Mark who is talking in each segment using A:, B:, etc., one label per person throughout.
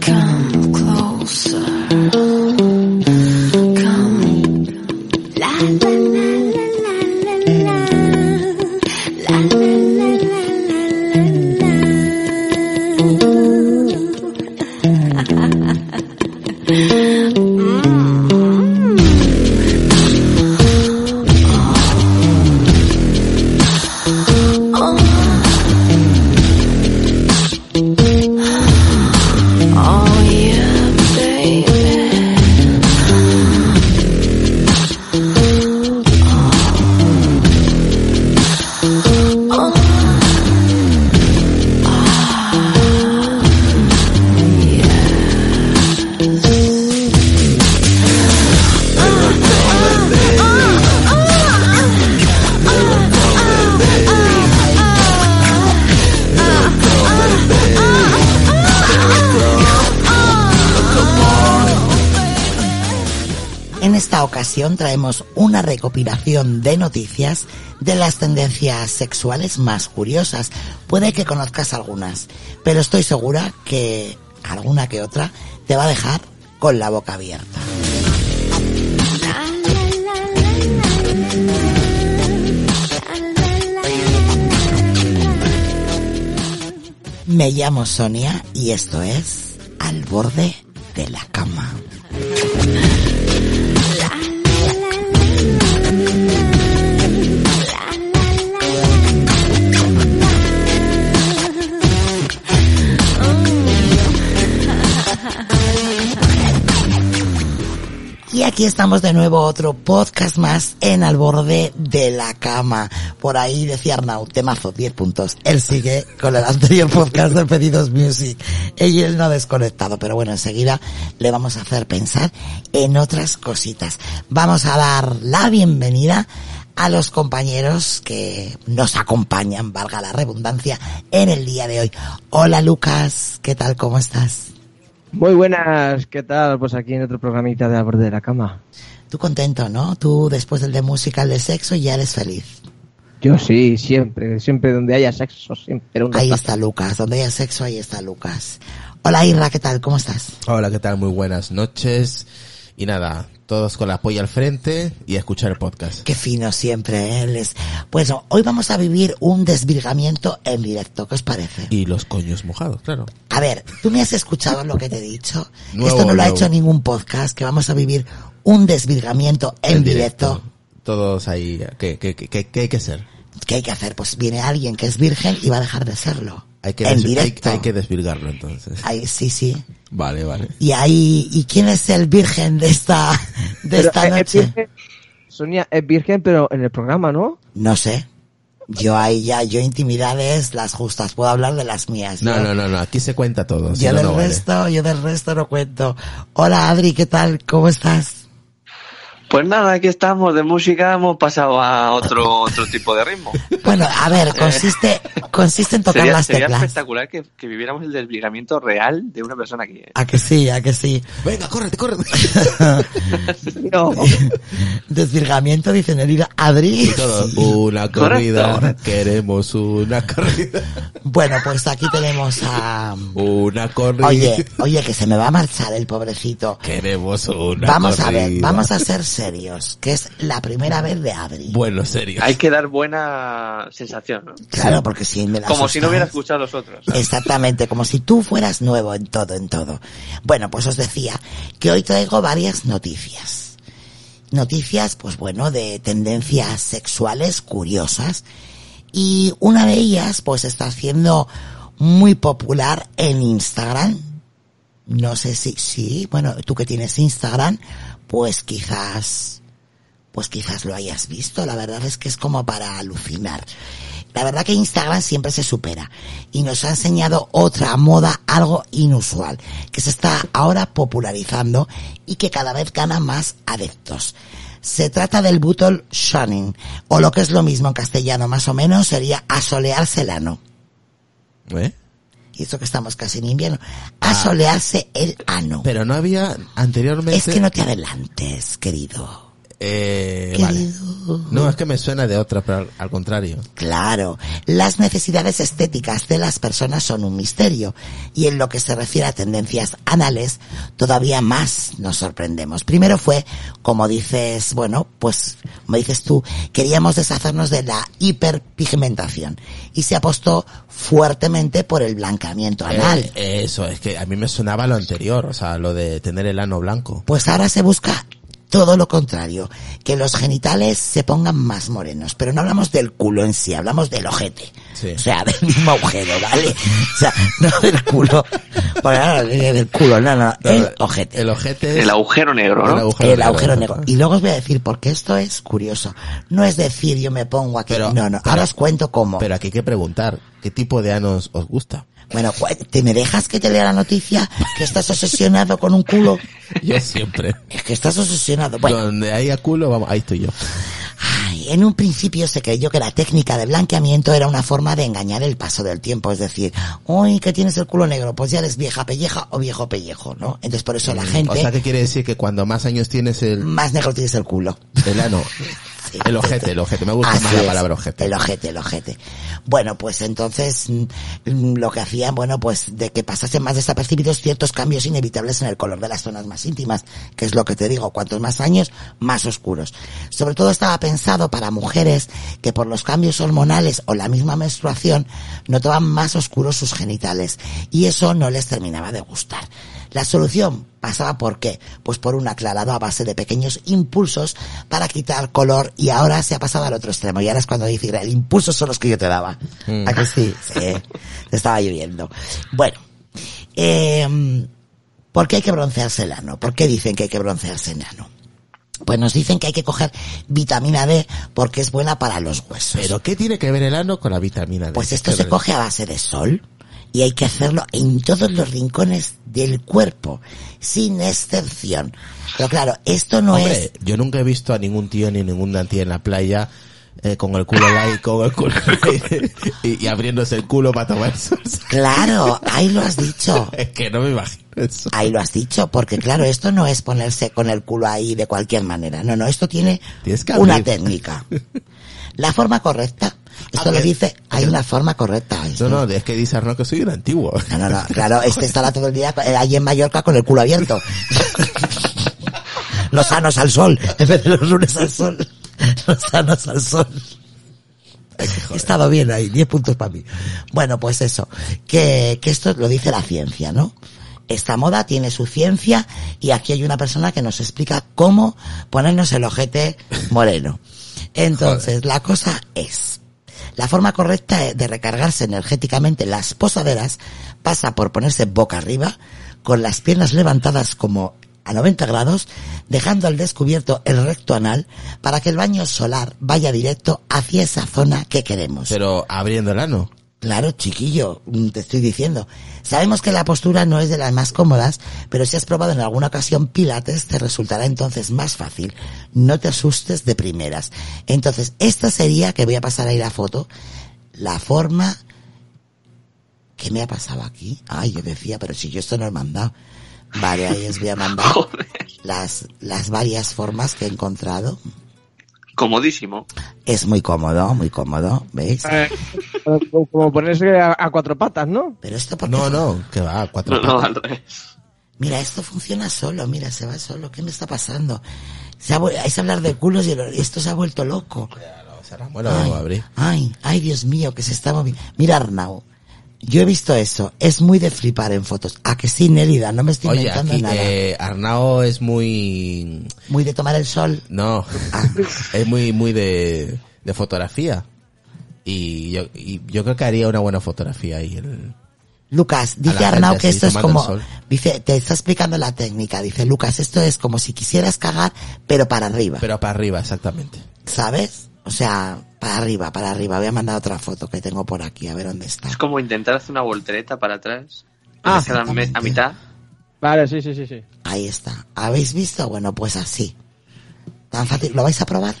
A: Come closer. Come. La la la la la la la. La la la la la la. Oh yeah, baby.
B: En esta ocasión traemos una recopilación de noticias de las tendencias sexuales más curiosas. Puede que conozcas algunas, pero estoy segura que alguna que otra te va a dejar con la boca abierta. Me llamo Sonia y esto es Al borde de la cama. Y aquí estamos de nuevo otro podcast más en Al borde de la cama. Por ahí decía Arnau, temazo, 10 puntos. Él sigue con el anterior podcast de Pedidos Music. Y él no ha desconectado, pero bueno, enseguida le vamos a hacer pensar en otras cositas. Vamos a dar la bienvenida a los compañeros que nos acompañan, valga la redundancia, en el día de hoy. Hola Lucas, ¿qué tal? ¿Cómo estás?
C: Muy buenas, ¿qué tal? Pues aquí en otro programita de la borde de la cama.
B: Tú contento, ¿no? Tú después del de musical de sexo ya eres feliz.
C: Yo sí, siempre, siempre donde haya sexo, siempre un
B: Ahí está Lucas, donde haya sexo, ahí está Lucas. Hola Irra, ¿qué tal? ¿Cómo estás?
D: Hola, ¿qué tal? Muy buenas noches. Y nada, todos con la polla al frente y a escuchar el podcast.
B: Qué fino siempre él es. Pues no, hoy vamos a vivir un desvirgamiento en directo, ¿qué os parece?
D: Y los coños mojados, claro.
B: A ver, tú me has escuchado lo que te he dicho.
D: Nuevo,
B: Esto no lo ha
D: nuevo.
B: hecho ningún podcast, que vamos a vivir un desvirgamiento en, directo.
D: Todos ahí. ¿Qué, qué, qué, qué- qué hay que hacer?
B: ¿Qué hay que hacer? Pues viene alguien que es virgen y va a dejar de serlo.
D: Hay que,
B: en
D: desvi- hay,
B: directo.
D: hay que desvirgarlo entonces.
B: Ahí, sí, sí.
D: Vale, vale.
B: Y ahí, ¿y quién es el virgen de esta, de
C: Pero,
B: esta
C: eh, es
B: noche?
C: virgen- Sonia es virgen, pero en el programa, ¿no?
B: No sé. Yo ahí ya, yo intimidades las justas, puedo hablar de las mías.
D: No,
B: Yo-
D: no, no, no, aquí se cuenta todo. si
B: Yo
D: no,
B: del
D: no vale.
B: resto, yo del resto no cuento. Hola Adri, ¿qué tal? ¿Cómo estás?
E: Pues nada, aquí estamos, de música hemos pasado a otro otro tipo de ritmo.
B: Bueno, a ver, consiste, consiste en tocar
E: Sería,
B: las
E: sería
B: teclas.
E: espectacular que, que viviéramos el desligamiento real de una persona aquí. ¿eh?
B: A que sí, a que sí.
D: Venga, córrete, córrete.
C: No.
B: Desvirgamiento, dice Nerida. Adri.
D: Y todo, Una corrida, queremos una corrida.
B: Bueno, pues aquí tenemos a...
D: Una corrida.
B: Oye, oye, que se me va a marchar el pobrecito.
D: Queremos una
B: Vamos a
D: corrida.
B: ver, vamos a ser serios, que es la primera vez de Adri.
D: Bueno, serio.
E: Hay que dar buena sensación, ¿no?
B: Claro, porque si me la
E: Como si no
B: asustas-
E: hubiera escuchado a los otros.
B: Exactamente, como si tú fueras nuevo en todo, en todo. Bueno, pues os decía que hoy traigo varias noticias. Noticias, pues bueno, de tendencias sexuales curiosas. Y una de ellas, pues está siendo muy popular en Instagram. No sé si, sí, bueno, tú que tienes Instagram, pues quizás, pues quizás lo hayas visto. La verdad es que es como para alucinar. La verdad que Instagram siempre se supera y nos ha enseñado otra moda, algo inusual, que se está ahora popularizando y que cada vez gana más adeptos. Se trata del butol shining, o lo que es lo mismo en castellano más o menos sería asolearse el ano.
D: ¿Eh?
B: Y esto que estamos casi en invierno, asolearse el ano.
D: Pero no había anteriormente.
B: Es que no te adelantes, querido.
D: Eh, vale.
B: Querido.
D: No, es que me suena de otra, pero al- al contrario.
B: Claro, las necesidades estéticas de las personas son un misterio y en lo que se refiere a tendencias anales todavía más nos sorprendemos. Primero fue, como dices, bueno, pues como dices tú, queríamos deshacernos de la hiperpigmentación y se apostó fuertemente por el blancamiento anal.
D: Eh, eso, es que a mí me sonaba lo anterior, o sea, lo de tener el ano blanco.
B: Pues ahora se busca todo lo contrario, que los genitales se pongan más morenos, pero no hablamos del culo en sí, hablamos del ojete.
D: Sí.
B: O sea, del mismo agujero, ¿vale? O sea, no del culo, porque ahora no viene del culo, no, no, el ojete.
D: El ojete.
E: El agujero negro,
D: El
E: ¿no?
D: agujero
B: el agujero
D: negro.
B: negro. Y luego os voy a decir, porque esto es curioso. No es decir yo me pongo aquí,
D: Pero-
B: no, no,
D: pero-
B: ahora os cuento cómo.
D: Pero aquí hay que preguntar, ¿qué tipo de anos os gusta?
B: bueno, cu- ¿te me dejas que te lea la noticia que estás obsesionado con un culo?
D: Yo siempre.
B: Es que estás obsesionado. Bueno,
D: Donde haya culo, vamos, ahí estoy yo.
B: Ay, en un principio se creyó que la técnica de blanqueamiento era una forma de engañar el paso del tiempo, es decir, uy, que tienes el culo negro, pues ya eres vieja pelleja o viejo pellejo, ¿no? Entonces por eso la gente
D: Mm, O sea, ¿qué quiere decir? Que cuando más años tienes el,
B: más negro tienes el culo.
D: el ano.
B: Sí,
D: El ojete, el ojete. Me gusta
B: Así
D: más la
B: es,
D: palabra ojete.
B: El ojete, el ojete. Bueno, pues entonces mm, mm, lo que hacían, bueno, pues de que pasasen más desapercibidos ciertos cambios inevitables en el color de las zonas más íntimas, que es lo que te digo, cuantos más años, más oscuros. Sobre todo estaba pensado para mujeres que por los cambios hormonales o la misma menstruación notaban más oscuros sus genitales y eso no les terminaba de gustar. La solución pasaba por qué? Pues por un aclarado a base de pequeños impulsos para quitar color y ahora se ha pasado al otro extremo y ahora es cuando dice, el impulso son los que yo te daba. ¿A que sí? Sí, te estaba lloviendo. Bueno, eh, ¿por qué hay que broncearse el ano? ¿Por qué dicen que hay que broncearse el ano? Pues nos dicen que hay que coger vitamina D porque es buena para los huesos.
D: Pero ¿qué tiene que ver el ano con la vitamina D?
B: Pues esto
D: ¿Qué
B: se
D: ver-
B: coge a base de sol y hay que hacerlo en todos los rincones del cuerpo, sin excepción. Pero claro, esto no
D: Hombre,
B: es...
D: yo nunca he visto a ningún tío ni ninguna tía en la playa eh, con el culo al aire, con el culo al aire y, y abriéndose el culo para tomar sol.
B: Claro, ahí lo has dicho.
D: Es que no me imagino eso.
B: Ahí lo has dicho, porque claro, esto no es ponerse con el culo ahí de cualquier manera. No, no, esto tiene
D: Tienes que
B: una
D: abrir.
B: técnica. La forma correcta. Esto lo
D: A ver.
B: dice, hay una forma correcta. a esto.
D: No, no, es que dice Arnaud que soy un antiguo.
B: No, no, no, claro, este estará todo el día eh, allí en Mallorca con el culo abierto. Los sanos al sol, en vez de los lunes al sol. Los sanos al sol. He estado bien ahí, 10 puntos para mí. Bueno, pues eso, que, que esto lo dice la ciencia, ¿no? Esta moda tiene su ciencia y aquí hay una persona que nos explica cómo ponernos el ojete moreno. Entonces, la cosa es, la forma correcta de recargarse energéticamente las posaderas pasa por ponerse boca arriba, con las piernas levantadas como a 90 grados, dejando al descubierto el recto anal para que el baño solar vaya directo hacia esa zona que queremos.
D: Pero abriendo el ano.
B: Claro, chiquillo, mm, te estoy diciendo. Sabemos que la postura no es de las más cómodas, pero si has probado en alguna ocasión pilates, te resultará entonces más fácil. No te asustes de primeras. Entonces, esta sería, que voy a pasar ahí la foto, la forma que me ha pasado aquí. Ay, yo decía, pero si yo esto no lo he mandado. Vale, ahí os voy a mandar las, las varias formas que he encontrado.
E: Comodísimo.
B: Es muy cómodo, muy cómodo, ¿veis?
D: Ah.
C: Eh, como- como ponerse a, a cuatro patas, ¿no?
B: Pero esto por qué
D: No, no, que va, cuatro
E: No, no,
D: patas.
E: al revés.
B: Mira, esto funciona solo, mira, se va solo. ¿Qué me está pasando? Se ha, vuel- es hablar de culos y el- esto se ha vuelto loco.
D: Será, Bueno, vamos a abrir.
B: ay, ay, Dios mío, que se está moviendo. Mira, Arnau, yo he visto eso. Es muy de flipar en fotos. A que sí, Nérida, no me estoy
D: Oye,
B: inventando
D: aquí,
B: nada.
D: eh, Arnao es muy...
B: Muy de tomar el sol.
D: No,
B: Ah,
D: es muy, muy de, de fotografía. Y yo, y yo creo que haría una buena fotografía ahí. el-
B: Lucas, dice
D: gente
B: Arnau que
D: así,
B: esto es
D: tomando
B: como,
D: el sol.
B: dice, te está explicando la técnica, dice Lucas, esto es como si quisieras cagar, pero para arriba,
D: Pero para arriba, exactamente.
B: ¿sabes? O sea, para arriba, para arriba. Voy a mandar otra foto que tengo por aquí, a ver dónde está.
E: Es como intentar hacer una voltereta para atrás.
C: Ah,
E: Ah, a, la me- a mitad.
C: Vale, sí, sí, sí, sí.
B: Ahí está. ¿Habéis visto? Bueno, pues así. Tan fácil. ¿Lo vais a probar?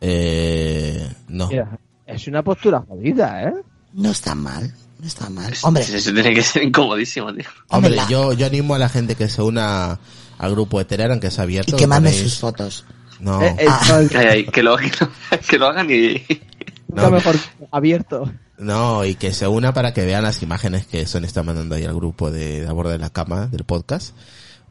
D: Eh,
B: Oh.
D: no.
C: Mira, es una postura jodida, ¿eh?
B: No está mal, no está mal. Hombre,
E: Eso tiene que ser incomodísimo, tío.
D: Hombre,
B: la-
D: yo, yo animo a la gente que se una al grupo de Telegram, que es abierto.
B: y que mande
D: ponéis-
B: sus fotos.
D: No,
C: Eh, eh,
B: Ah.
E: Ay, ay, que, lo, que lo- que lo hagan y...
C: nunca
D: No.
C: mejor abierto.
D: no, y que se una para que vean las imágenes que Sony está mandando ahí al grupo de, de a bordo de la cama del podcast.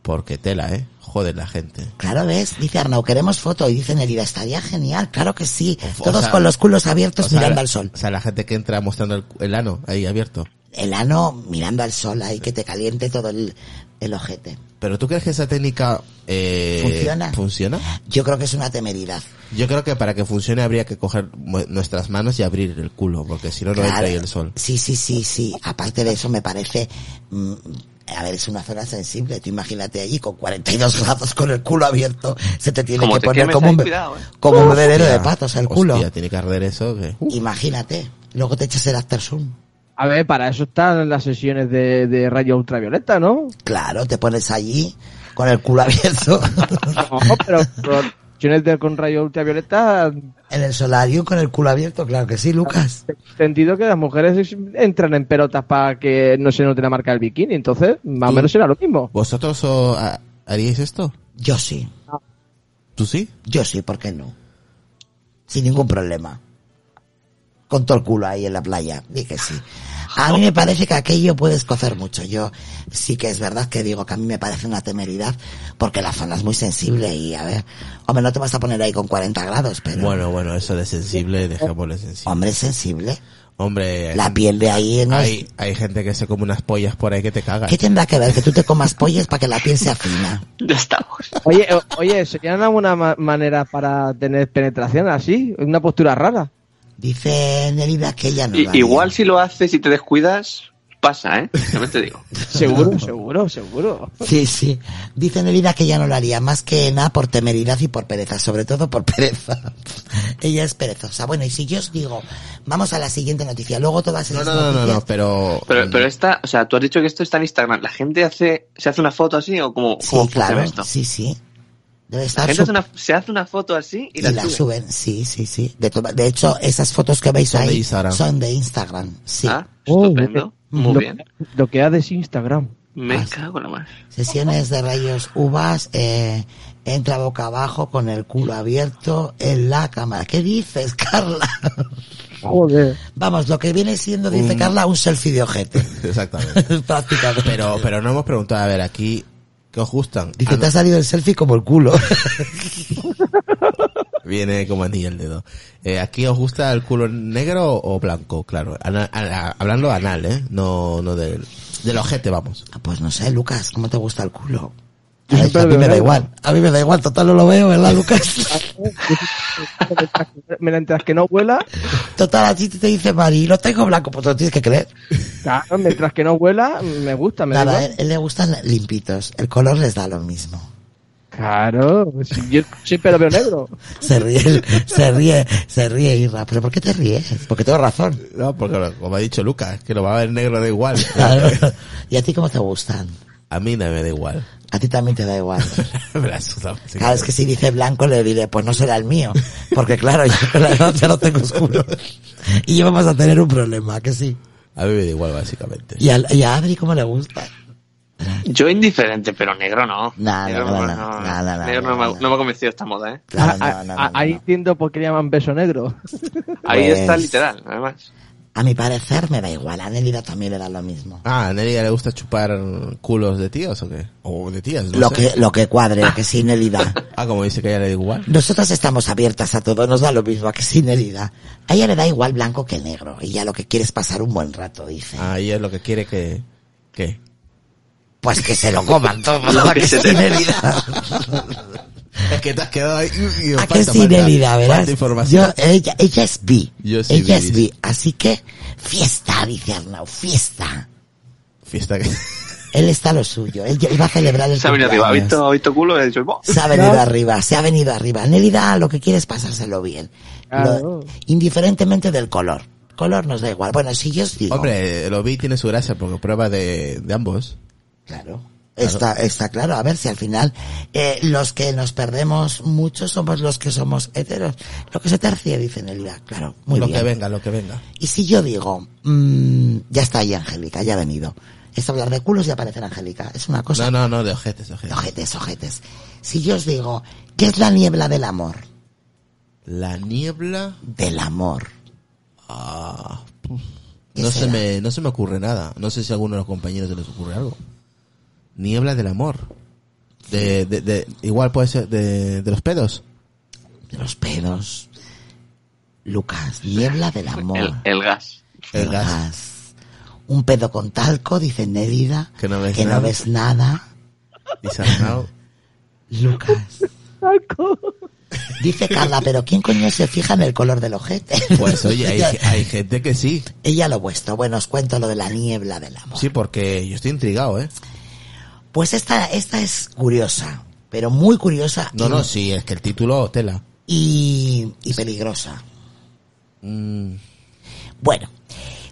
D: Porque tela, eh. Joder la gente.
B: Claro, ves, dice Arnau, queremos foto. Y dice Nerida, estaría genial, claro que sí.
D: O- o
B: Todos
D: sea-
B: con los culos abiertos
D: O sea,
B: mirando
D: la-
B: al sol.
D: O sea, la gente que entra mostrando el, el ano ahí abierto.
B: El ano mirando al sol ahí que te caliente todo el, el ojete.
D: Pero tú crees que esa técnica eh,
B: Funciona.
D: funciona?
B: Yo creo que es una temeridad.
D: Yo creo que para que funcione habría que coger mu- nuestras manos y abrir el culo, porque si no no entra
B: Claro.
D: ahí el sol.
B: Sí, sí, sí, sí. Aparte de eso, me parece... mm, a ver, es una zona sensible. Tú imagínate allí con 42 grados con el culo abierto. Se te tiene
E: Como
B: que
E: te
B: poner
E: quemes
B: como un,
E: ahí,
B: be-
E: cuidado, eh.
B: como un bebedero de
D: Hostia,
B: patos el culo.
D: Hostia, tiene que arder eso. que-
B: Imagínate. Luego te echas el after zoom.
C: A ver, para eso están las sesiones de, de rayo ultravioleta, ¿no?
B: Claro, te pones allí con el culo abierto
C: No, pero con sesiones de, con rayo ultravioleta,
B: en el solarium con el culo abierto. Claro que sí, Lucas.
C: tengo entendido que las mujeres es- entran en pelotas para que no se note la marca del bikini, entonces más o menos será lo mismo.
D: ¿Vosotros oh, ha- haríais esto?
B: Yo sí.
D: ¿Tú sí?
B: Yo sí, ¿por qué no? Sin ningún problema. Con todo el culo ahí en la playa, di que sí. A mí me parece que aquello puede escocer mucho. Yo sí que es verdad que digo que a mí me parece una temeridad porque la zona es muy sensible y a ver, hombre, no te vas a poner ahí con 40 grados, pero
D: Bueno, bueno, eso de sensible, dejémoslo sensible.
B: hombre, es sensible.
D: Hombre,
B: La piel de ahí en
D: hay, hay gente que se come unas pollas por ahí que te cagan.
B: ¿Qué tendrá que ver que tú te comas pollas para que la piel se afina?
E: Ya estamos.
C: Oye, o- oye, ¿sería alguna ma- manera para tener penetración así? Una postura rara.
B: Dice Nerida que ella no.
E: I-
B: lo haría.
E: igual si lo haces y te descuidas, pasa, ¿eh? También te digo.
C: Seguro, seguro, seguro.
B: Sí, sí. Dice Nerida que ya no lo haría, más que nada por temeridad y por pereza, sobre todo por pereza. Ella es perezosa. Bueno, y si yo os digo, vamos a la siguiente noticia, luego todas
D: No,
B: esas
D: no, no, no, no,
B: noticias-
D: pero...
E: Pero, pero esta, o sea, tú has dicho que esto está en Instagram. ¿La gente hace, se hace una foto así o cómo,
B: Sí,
E: cómo funciona
B: claro,
E: esto?
B: sí, sí. Debe
E: La
B: estar
E: gente hace
B: sup-
E: una- se hace una foto así y
B: y
E: la,
B: la
E: sube.
B: suben, sí, sí, sí. De, to- de hecho, esas fotos que veis
D: Son de
B: ahí
D: Instagram.
B: son de Instagram, sí. Oh,
E: Ah, estupendo. Muy
C: Lo-
E: bien.
C: Lo que haces Instagram.
E: Me cago en la más.
B: Sesiones de rayos uvas, eh, entra boca abajo con el culo abierto en la cámara. ¿Qué dices, Carla?
C: Joder.
B: Vamos, lo que viene siendo, dice Carla, un selfie de ojete.
D: Exactamente.
B: Prácticamente.
D: Pero, pero no hemos preguntado, a ver, aquí, ¿qué os gustan?
B: Dice,
D: Ah,
B: te ha salido el selfie como el culo.
D: Viene como anillo el dedo. Eh, ¿Aquí os gusta el culo negro o blanco? Claro, ana- ana- hablando anal, ¿eh? No, no del, del ojete, vamos.
B: Ah, pues no sé, Lucas, ¿cómo te gusta el culo?
C: Yo
B: A, ver,
C: siempre
B: a mí
C: veo
B: me da
C: negro.
B: igual. A mí me da igual, total no lo veo, ¿verdad, Lucas?
C: mientras que no vuela,
B: Total, a ti te dice Mari, lo tengo blanco, pues te lo tienes que creer.
C: claro, mientras que no vuela, me gusta, me da
B: Nada, a
C: igual.
B: él, él le gustan limpitos. El color les da lo mismo.
C: Claro, si yo siempre lo veo negro.
B: Se ríe, se ríe, se ríe, Irra. ¿Pero por qué te ríes? Porque tengo razón.
D: No, porque como ha dicho Lucas, que lo va a ver negro da igual.
B: Claro. ¿Y a ti cómo te gustan?
D: A mí no me da igual.
B: A ti también te da igual.
D: Me la suda, sí.
B: Claro, es que si dice blanco le diré, pues no será el mío. Porque claro, yo con la noche no tengo oscuro. Y ya vamos a tener un problema, que sí.
D: A mí me da igual, básicamente.
B: Y a, y a Adri, ¿cómo le gusta?
E: Yo indiferente, pero negro no.
B: Nah,
E: negro
B: negro
E: no,
B: no,
E: no,
B: nah, nah, nah,
E: negro no
B: nah,
E: me,
B: nah.
E: ha- no me ha convencido esta moda, ¿eh?
B: Claro,
C: Ah,
B: no, no,
C: ah,
B: no, no.
C: ahí entiendo por qué le llaman beso negro.
E: Ahí
B: Pues-
E: está literal, además.
B: A mi parecer me da igual, a Nelida también le da lo mismo.
D: Ah, ¿a Nelly le gusta chupar culos de tíos o qué? O de tías, no
B: Lo
D: sé.
B: que, lo que cuadre, que sí, Nelida.
D: Ah, como dice que a ella le da igual.
B: Nosotras estamos abiertas a todo, nos da lo mismo, a que sí, Nelida. A ella le da igual blanco que negro, y ya lo que quiere es pasar un buen rato, dice.
D: Ah, ella es lo que quiere que... ¿Qué?
B: Pues que se lo coman todo, ¿no? ¿A que sí, Nelida.
D: es que te has quedado ahí. y- y
B: ¿A qué
D: falta-
B: es Inédita,
D: falta-
B: verás?
D: falta información.
B: Yo, ella, ella es bi.
D: Yo sí,
B: ella
D: bi,
B: es
D: dice.
B: bi. Así que, fiesta, dice Arnau, fiesta.
D: Fiesta que...
B: Él está a lo suyo. Él ya iba a celebrar el
E: Se ha venido arriba, ha
B: cumpleaños.
E: visto, ha visto culo y ha dicho, "Buah".
B: Se ha venido
C: ¿No?
B: arriba, se ha venido arriba. Nélida, lo que quiere es pasárselo bien.
C: Claro.
B: Lo- indiferentemente del color. Color nos da igual. Bueno, si yo os digo.
D: Hombre, lo vi tiene su gracia porque prueba de, de ambos.
B: Claro. Está, está claro. A ver si al final eh, los que nos perdemos mucho somos los que somos heteros. Lo que se tercie, dice Nélida. Claro, muy
D: lo
B: bien.
D: que venga, lo que venga.
B: Y si yo digo, mm, ya está ahí Angélica, ya ha venido. Es hablar de culos y aparecer Angélica. Es una cosa.
D: No, no, no, de ojetes, de ojetes.
B: Ojetes, ojetes. Si yo os digo, ¿qué es la niebla del amor?
D: La niebla...
B: Del amor.
D: ah,
B: ¿Qué
D: no,
B: será?
D: se me, no se me ocurre nada. No sé si a alguno de los compañeros se les ocurre algo. Niebla del amor. De, de, de- igual puede ser de, de los pedos.
B: De los pedos. Lucas, niebla del amor.
E: el, el gas.
D: El
B: El
D: gas.
B: gas. Un pedo con talco, dice Nélida.
D: Que no ves nada.
B: ves nada.
D: Dice "Ah, Arnau.
B: Lucas. Dice Carla, pero ¿quién coño se fija en el color del ojete?
D: Pues oye, hay, hay gente que sí.
B: Ella lo vuestro. Bueno, os cuento lo de la niebla del amor.
D: Sí, porque yo estoy intrigado, ¿eh?
B: Pues esta, esta es curiosa, pero muy curiosa
D: No,
B: y,
D: no, sí, es que el título, tela.
B: y, y peligrosa.
D: Mm,
B: Bueno,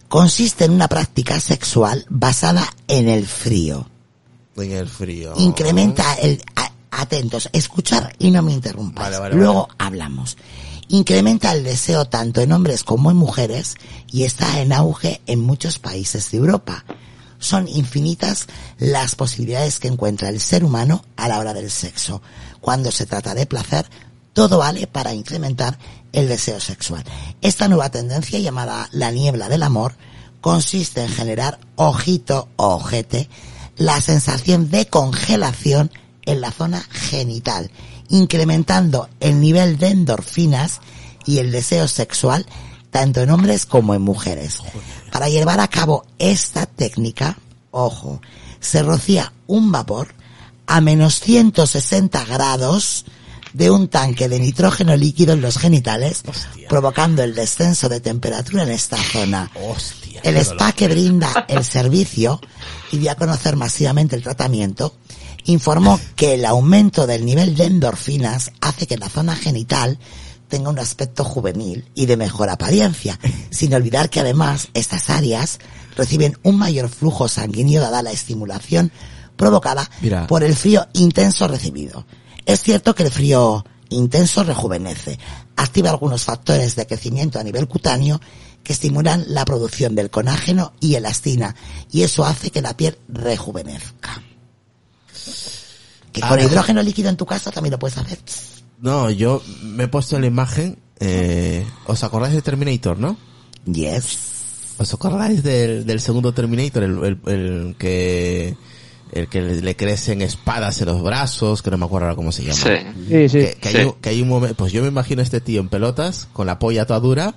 B: consiste en una práctica sexual basada en el frío.
D: en el frío.
B: Incrementa el... a- atentos, escuchar y no me interrumpáis.
D: Vale, vale,
B: Luego hablamos. Incrementa el deseo tanto en hombres como en mujeres y está en auge en muchos países de Europa. Son infinitas las posibilidades que encuentra el ser humano a la hora del sexo. Cuando se trata de placer, todo vale para incrementar el deseo sexual. Esta nueva tendencia llamada la niebla del amor consiste en generar ojito o ojete la sensación de congelación en la zona genital, incrementando el nivel de endorfinas y el deseo sexual tanto en hombres como en mujeres. Para llevar a cabo esta técnica, ojo, se rocía un vapor a menos 160 grados de un tanque de nitrógeno líquido en los genitales, provocando el descenso de temperatura en esta zona.
D: Hostia.
B: El
D: qué
B: spa que brinda el servicio y dio a conocer masivamente el tratamiento, informó que el aumento del nivel de endorfinas hace que la zona genital tenga un aspecto juvenil y de mejor apariencia, sin olvidar que además estas áreas reciben un mayor flujo sanguíneo dada la estimulación provocada
D: Mira.
B: por el frío intenso recibido. Es cierto que el frío intenso rejuvenece, activa algunos factores de crecimiento a nivel cutáneo que estimulan la producción del conágeno y elastina, y eso hace que la piel rejuvenezca. Que
D: A
B: con
D: ver.
B: hidrógeno líquido en tu casa también lo puedes hacer.
D: No, yo me he puesto la imagen. Eh, ¿Os acordáis de Terminator, no?
B: Yes.
D: ¿Os acordáis del, del segundo Terminator? El, el- el que el que le, le crecen espadas en los brazos, que no me acuerdo ahora cómo se llama.
E: Sí.
C: Sí, sí.
D: Que, que hay,
E: Sí.
D: un- que hay un momento, pues yo me imagino a este tío en pelotas, con la polla toda dura,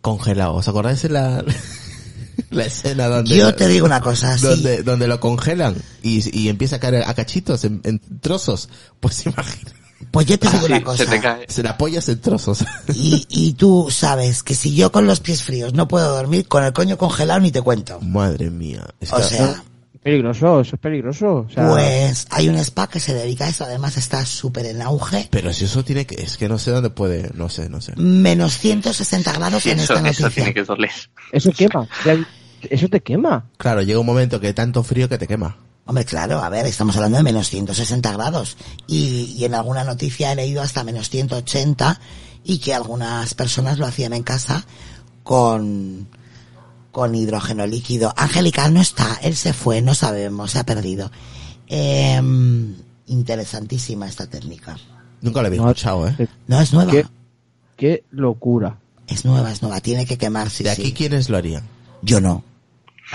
D: congelado. ¿Os acordáis de la, la escena donde...
B: Yo te digo una cosa, sí.
D: donde, donde lo congelan y, y empieza a caer a cachitos, en, en trozos. Pues imagina,
B: Pues yo te digo
E: Ah, Sí,
B: una cosa.
E: se te cae.
D: se la pollas en trozos.
B: Y, y tú sabes que si yo con los pies fríos no puedo dormir, con el coño congelado ni te cuento.
D: Madre mía. Está-
B: O sea,
C: Peligroso, eso es peligroso. O sea,
B: pues hay un spa que se dedica a eso, además está súper en auge.
D: Pero si eso tiene que... Es que no sé dónde puede... No sé, no sé.
B: Menos 160 grados en
E: Eso,
B: esta
E: eso
B: noticia.
E: tiene que doler.
C: eso quema. Ya- Eso te quema.
D: Claro, llega un momento que hay tanto frío que te quema.
B: Hombre, claro, a ver, estamos hablando de menos 160 grados. Y, y en alguna noticia he leído hasta menos 180 y que algunas personas lo hacían en casa con, con hidrógeno líquido. Angélica no está, él se fue, no sabemos, se ha perdido. Em, interesantísima esta técnica.
D: Nunca lo había
C: No,
D: escuchado, ¿eh?
C: te-
B: No, es nueva.
C: Qué, qué locura.
B: Es nueva, es nueva. Tiene que quemarse.
D: ¿De aquí quiénes lo harían?
B: Yo no.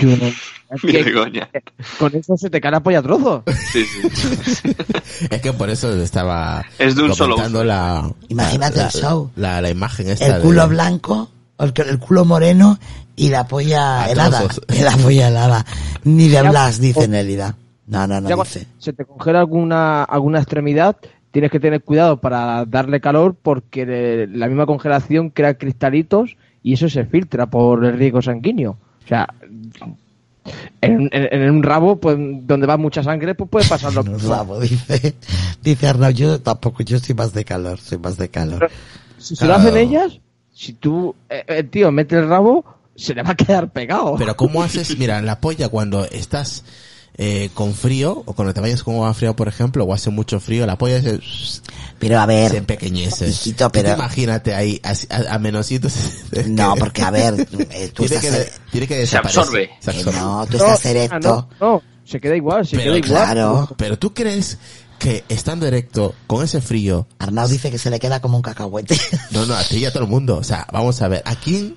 C: Yo no-
E: Mi
C: que-
E: Begoña.
C: con eso se te cae la polla a trozos.
E: Sí, sí.
D: Es que por eso estaba
E: Es de un solo
D: comentando la
B: Imagínate
D: la,
B: el show.
D: La, la imagen esta
B: El culo
D: de-
B: blanco, el, el culo moreno y la polla
D: A
B: helada.
D: trozos.
B: Y La polla helada. Ni de
C: Ya- pues,
B: Blas, dice Nélida. No, no,
C: Ya
B: no
C: cuando
B: dice.
C: se te congela alguna, alguna extremidad, tienes que tener cuidado para darle calor porque le- la misma congelación crea cristalitos y eso se filtra por el riesgo sanguíneo. O sea, en, en- en un rabo pues, donde va mucha sangre pues puede pasar lo
B: Un rabo, dice. Dice Arnau, yo tampoco, yo soy más de calor, soy más de calor.
C: Si se lo hacen ellas, si tú, eh, eh, tío, mete el rabo, se le va a quedar pegado.
D: Pero ¿cómo haces? Mira, la polla cuando estás eh, con frío, o cuando te bañas con agua fría, por ejemplo, o hace mucho frío, la polla se,
B: Pero a
D: se
B: ver,
D: empequeñece.
B: Hijito,
D: Tú te
B: pero-
D: Imagínate ahí, así, a, a menositos.
B: no, porque a ver, eh, tú
D: tiene,
B: estás,
D: que,
B: er-
D: tiene que desaparecer.
E: absorbe.
D: Se absorbe.
B: eh, no, tú
C: No,
B: estás
C: ah,
B: erecto.
C: no, no, se queda igual, se
D: Pero
C: queda igual.
B: Claro.
D: Pero tú crees que estando erecto, con ese frío,
B: Arnau dice que se le queda como un cacahuete.
D: no, no, a ti y a todo el mundo. O sea, vamos a ver, ¿a quién,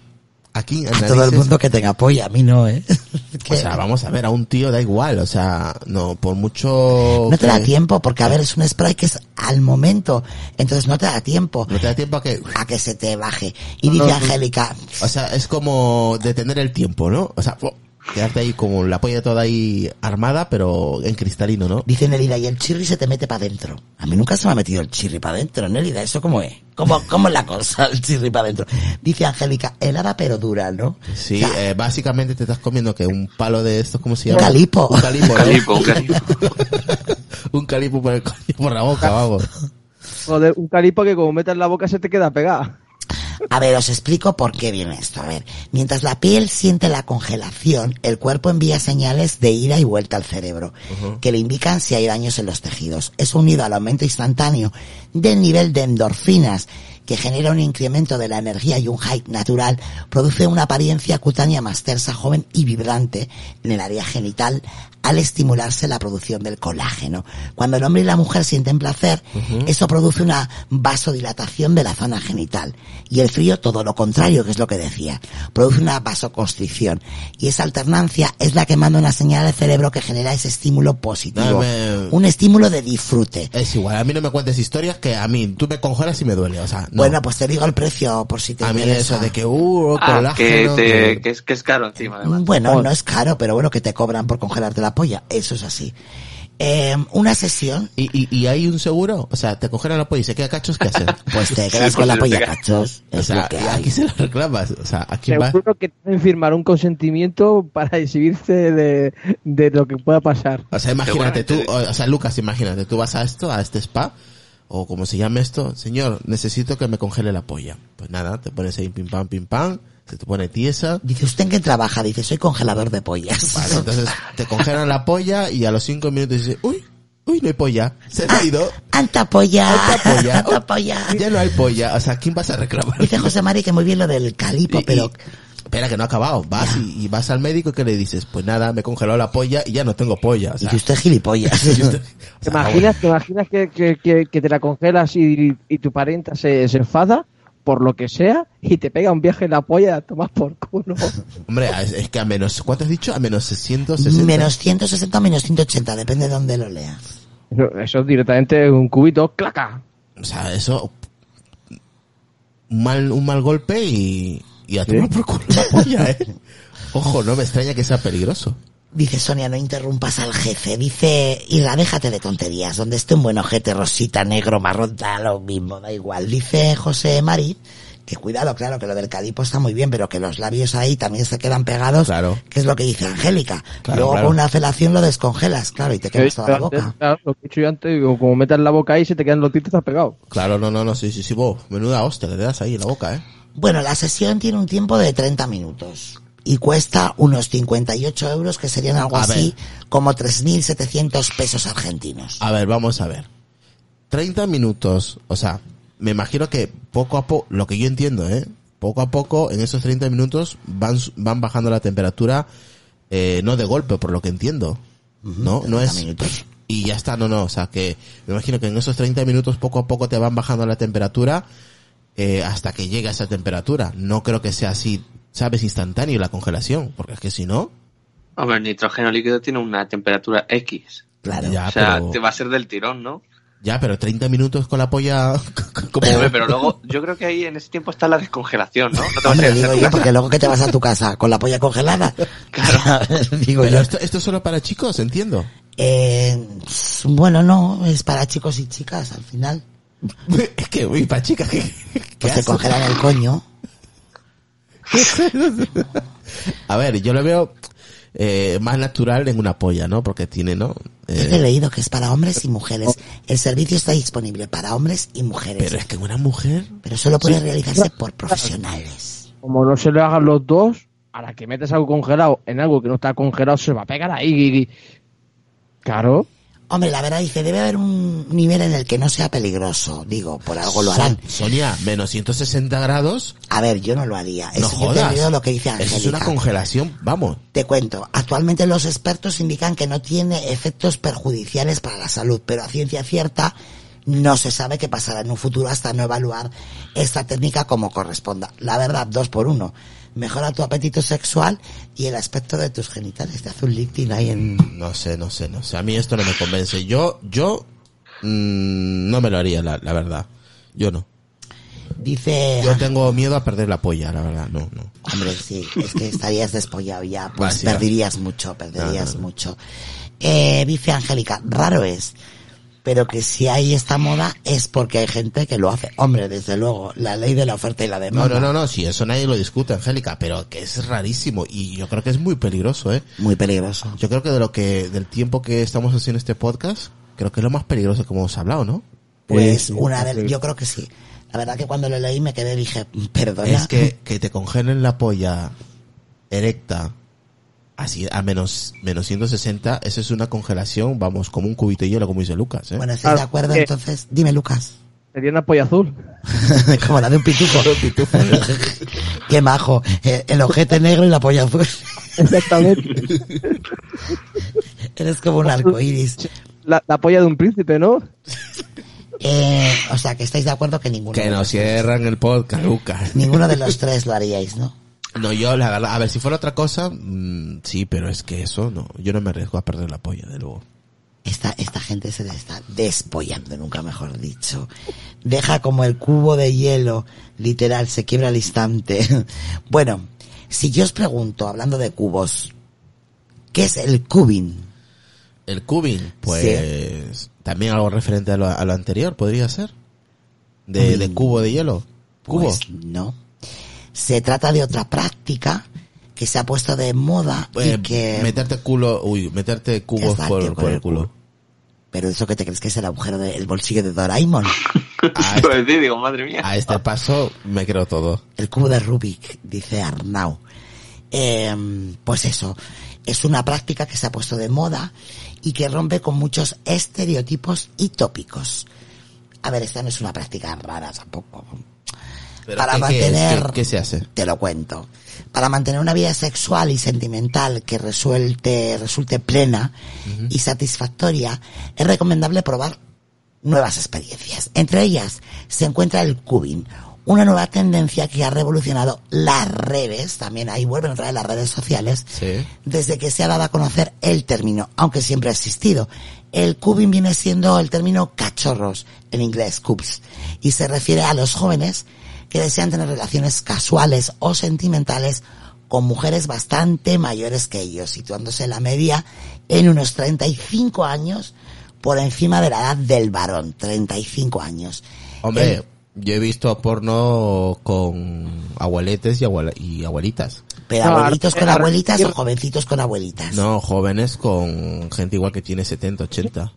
D: a quién
B: A todo el
D: analices-
B: mundo que tenga apoya, a mí no, ¿eh?
D: O
B: Que-
D: sea, vamos a ver, a un tío da igual, o sea, no, por mucho...
B: no te da
D: que-
B: tiempo, porque a ver, es un spray que es al momento. Entonces no te da tiempo
D: No te da tiempo a que...
B: a que se te baje. Y dice Angélica,
D: O sea, es como detener el tiempo, ¿no? O sea, ¡fo! quedarte ahí con la polla toda ahí armada, pero en cristalino, ¿no?
B: dice Nelida, y el chirri se te mete para adentro. A mí nunca se me ha metido el chirri para adentro, Nelida, ¿eso cómo es? ¿Cómo, cómo es la cosa, el chirri para adentro? Dice Angélica, helada pero dura, ¿no?
D: Sí,
B: O sea,
D: eh, básicamente te estás comiendo que un palo de estos, ¿cómo se
B: Un
D: llama?
B: calipo.
D: Un calipo, ¿no?
E: Calipo, calipo.
D: un calipo por, el coño, por la boca, vamos.
C: Joder, un calipo que como metas la boca se te queda pegada.
B: A ver, os explico por qué viene esto. A ver, mientras la piel siente la congelación, el cuerpo envía señales de ida y vuelta al cerebro, que le indican si hay daños en los tejidos. Eso unido al aumento instantáneo del nivel de endorfinas, que genera un incremento de la energía y un hype natural, produce una apariencia cutánea más tersa, joven y vibrante en el área genital al estimularse la producción del colágeno. Cuando el hombre y la mujer sienten placer, eso produce una vasodilatación de la zona genital. Y el frío, todo lo contrario, que es lo que decía, produce una vasoconstricción. Y esa alternancia es la que manda una señal al cerebro que genera ese estímulo positivo.
D: Dame- Eh,
B: Un estímulo de disfrute.
D: Es igual, a mí no me cuentes historias que a mí, tú me congelas y me duele, o sea, no.
B: Bueno, pues te digo el precio por si te
D: a mí
B: interesa.
D: eso de que, uh,
E: Ah,
D: colágeno,
E: que,
D: que-
E: te- que es, que es caro encima, además.
B: Bueno, no es caro, pero bueno, que te cobran por congelarte la polla. Eso es así. Eh, una sesión,
D: ¿Y, y, y hay un seguro? O sea, te congelan la polla y se queda cachos, ¿qué hacen?
B: pues te
E: Sí,
B: quedas
E: pues
B: con la
E: te
B: polla
E: quedas.
B: cachos.
D: O
B: Es
D: sea,
B: lo que
D: ¿y
B: hay.
D: aquí se la reclamas. O sea, ¿a quién va?
C: Seguro que deben firmar un consentimiento para exhibirse de, de lo que pueda pasar.
D: O sea, imagínate tú,
E: Seguramente.
D: o o sea, Lucas, imagínate, tú vas a esto, a este spa, o como se llame esto, señor, necesito que me congele la polla. Pues nada, te pones ahí pim pam, pim pam, se te pone tiesa.
B: Dice, ¿usted en qué trabaja? Dice, soy congelador de pollas.
D: Vale, entonces te congelan la polla y a los cinco minutos dices, uy, uy, no hay polla, se me ha ido,
B: ¡Anta polla!
D: Anta polla.
B: ¡Anta polla!
D: ya no hay polla. O sea, ¿quién vas a reclamar?
B: Dice José Mari que muy bien lo del calipo,
D: Y-
B: pero...
D: y- espera, que no ha acabado. Vas y, y vas al médico y que le dices, pues nada, me he congelado la polla y ya no tengo polla. O sea,
B: Dice, usted es gilipollas.
C: ¿Te imaginas, te imaginas que, que- que- que te la congelas y, y tu parenta se, se enfada por lo que sea y te pega un viaje en la polla y la tomas por culo?
D: Hombre, es, es que a menos, ¿cuánto has dicho? A menos 660.
B: Menos 160 o menos 180, depende de dónde lo leas.
C: Eso, eso es directamente un cubito, claca.
D: O sea, eso. Un mal, un mal golpe y. Y a tomar por culo la polla, eh. Ojo, no me extraña que sea peligroso.
B: Dice Sonia, no interrumpas al jefe. Dice, Irra, déjate de tonterías. Donde esté un buen ojete, rosita, negro, marrón, da lo mismo, da igual. Dice José Mari, que cuidado, claro, que lo del calipo está muy bien, pero que los labios ahí también se quedan pegados.
D: Claro.
B: Que es lo que dice Angélica.
D: Claro,
B: Luego
D: claro.
B: con una felación lo descongelas, claro, y te
C: Yo he
B: quedas
C: dicho
B: toda la
C: antes,
B: boca.
C: claro, lo que he dicho yo antes, digo, como metas la boca ahí se te quedan los títulos pegados.
D: Claro, no, no, no, sí, sí, sí, vos. Menuda hostia, le das ahí en la boca, eh.
B: Bueno, la sesión tiene un tiempo de 30 minutos. Y cuesta unos 58 euros, que serían algo
D: A
B: así como 3.700 pesos argentinos.
D: A ver, vamos a ver. 30 minutos, o sea, me imagino que poco a poco, lo que yo entiendo, ¿eh? Poco a poco, en esos 30 minutos, van, su- van bajando la temperatura, eh, no de golpe, por lo que entiendo. No, no
B: 30
D: es...
B: minutos.
D: Y ya está, no, no, o sea, que me imagino que en esos 30 minutos poco a poco te van bajando la temperatura eh, hasta que llegue a esa temperatura. No creo que sea así, ¿sabes? Instantáneo la congelación, porque es que si no...
E: Hombre, el nitrógeno líquido tiene una temperatura X.
B: Claro.
D: Ya,
E: o sea,
D: pero,
E: te va a ser del tirón, ¿no?
D: ya, pero 30 minutos con la polla... como-
E: Hombre, pero luego, yo creo que ahí en ese tiempo está la descongelación, ¿no? No te vas a
B: Hombre,
E: ir a
B: digo
E: hacer
B: yo,
E: nada.
B: porque luego que te vas a tu casa con la polla congelada. digo
D: Pero
B: yo.
D: esto, esto es solo para chicos, entiendo.
B: Eh, bueno, no, es para chicos y chicas al final.
D: es que, uy, pa' chicas, ¿qué, qué
B: Pues te
D: haces?
B: congelan el coño.
D: A ver, yo lo veo eh, más natural en una polla, ¿no? Porque tiene, ¿no?
B: Yo
D: Eh, Oh.
B: te he leído que es para hombres y mujeres. El servicio está disponible para hombres y mujeres.
D: pero
B: Pero,
D: es que una mujer...
B: solo puede realizarse por profesionales.
C: Como no se lo hagan los dos, a la que metes algo congelado en algo que no está congelado, se va a pegar ahí. y- y- Claro.
B: Hombre, la verdad dice, debe haber un nivel en el que no sea peligroso. Digo, por algo lo harán.
D: Son- Sonia, menos 160 grados.
B: A ver, yo no lo haría.
D: No
B: Eso yo te he
D: jodas.
B: leído lo que dice
D: Eso es una
B: Angélica.
D: congelación, vamos.
B: Te cuento, actualmente los expertos indican que no tiene efectos perjudiciales para la salud, pero a ciencia cierta no se sabe qué pasará en un futuro hasta no evaluar esta técnica como corresponda. La verdad, dos por uno. Mejora tu apetito sexual y el aspecto de tus genitales. Te hace un lifting ahí en...
D: No sé, no sé, no sé. A mí esto no me convence. Yo, yo mm, no me lo haría, la, la verdad. Yo no.
B: Dice...
D: Yo tengo miedo a perder la polla, la verdad. No, no.
B: Hombre, sí, es que estarías despollado ya, pues
D: Vacía.
B: perderías mucho, perderías
D: No, no, no.
B: mucho. Eh, dice Angélica, raro es, pero que si hay esta moda es porque hay gente que lo hace. Hombre, desde luego, la ley de la oferta y la
D: No,
B: demanda.
D: no, no, no. Si eso nadie lo discute, Angélica. Pero que es rarísimo. Y yo creo que es muy peligroso, ¿eh?
B: Muy peligroso.
D: Yo creo que de lo que, del tiempo que estamos haciendo este podcast, creo que es lo más peligroso que hemos hablado, ¿no?
B: Pues
D: eh,
C: sí,
B: una
C: sí.
B: vez, yo creo que sí. La verdad que cuando lo leí me quedé, dije, perdona.
D: Es que, que te congelen la polla erecta así a menos, menos 160, eso es una congelación, vamos, como un cubito de hielo, como dice Lucas, ¿eh?
B: Bueno, ¿estás de
C: Ah,
B: acuerdo
C: eh.
B: entonces? Dime, Lucas.
C: Sería una polla azul.
B: Como la de un pitufo. Qué majo. Eh, El ojete negro y la polla azul.
C: Exactamente.
B: Eres como un arco iris.
C: La, la polla de un príncipe, ¿no?
B: Eh, o sea, que estáis de acuerdo que ninguno,
D: que nos cierran el podcast, Lucas.
B: ninguno de los tres lo haríais, ¿no?
D: No, yo, la verdad, a ver, si fuera otra cosa, mm, sí, pero es que eso no, yo no me arriesgo a perder la polla, de luego.
B: Esta, esta gente se le está despollando, nunca mejor dicho. Deja como el cubo de hielo, literal, se quiebra al instante. Bueno, si yo os pregunto, hablando de cubos, ¿qué es el cubing?
D: El cubing, pues, también algo referente a lo, a lo anterior, podría ser. De, de cubo de hielo. Cubo.
B: Pues no. Se trata de otra práctica que se ha puesto de moda
D: Eh,
B: y que...
D: meterte culo, uy, meterte cubos
B: Exacto,
D: por,
B: con
D: por
B: el
D: el culo.
B: Pero eso que te crees que es el agujero del bolsillo de Doraemon.
D: Ah,
E: Yo decir, digo, madre mía.
D: A este paso me creo todo.
B: El cubo de Rubik, dice Arnau. Eh, pues eso, es una práctica que se ha puesto de moda y que rompe con muchos estereotipos y tópicos. A ver, esta no es una práctica rara tampoco. Para
D: ¿qué- qué es?
B: mantener-
D: ¿Qué, qué se hace?
B: Te lo cuento. Para mantener una vida sexual y sentimental que resuelte, resulte plena y satisfactoria, es recomendable probar nuevas experiencias. Entre ellas se encuentra el cubing, una nueva tendencia que ha revolucionado las redes, también ahí vuelven otra vez las redes sociales,
D: Sí.
B: desde que se ha dado a conocer el término, aunque siempre ha existido. El cubing viene siendo el término cachorros, en inglés cubs, y se refiere a los jóvenes que desean tener relaciones casuales o sentimentales con mujeres bastante mayores que ellos, situándose la media en unos 35 años por encima de la edad del varón, 35 años.
D: Hombre, yo he visto porno con abueletes y, abuela- y abuelitas.
B: Pero
C: Claro,
B: abuelitos con
C: claro.
B: abuelitas o jovencitos con abuelitas.
D: No, jóvenes con gente igual que tiene 70, 80.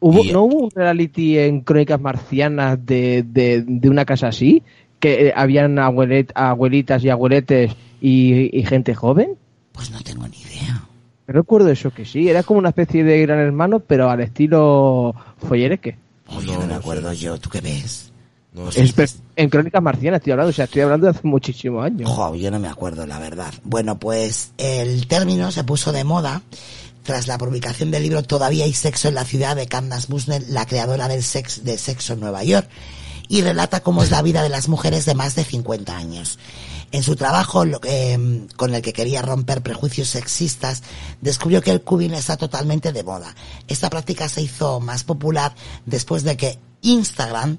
C: ¿Hubo,
D: Y-
C: ¿No hubo un reality en Crónicas Marcianas de, de, de una casa así? Que eh, habían abuelet- abuelitas y abueletes y, y gente joven.
B: Pues no tengo ni idea.
C: Recuerdo eso que sí, era como una especie de gran hermano, pero al estilo follereque.
B: Oye, no, me acuerdo yo, ¿tú qué ves?
D: No sé.
C: En, pero en Crónicas Marcianas estoy hablando, o sea, estoy hablando de hace muchísimos años.
B: Jo, yo no me acuerdo, la verdad. Bueno, pues el término se puso de moda tras la publicación del libro Todavía hay sexo en la ciudad de Candace Bushnell, la creadora del sex, de Sexo en Nueva York, y relata cómo es la vida de las mujeres de más de 50 años. En su trabajo, lo que, em, con el que quería romper prejuicios sexistas, descubrió que el cubing está totalmente de moda. Esta práctica se hizo más popular después de que Instagram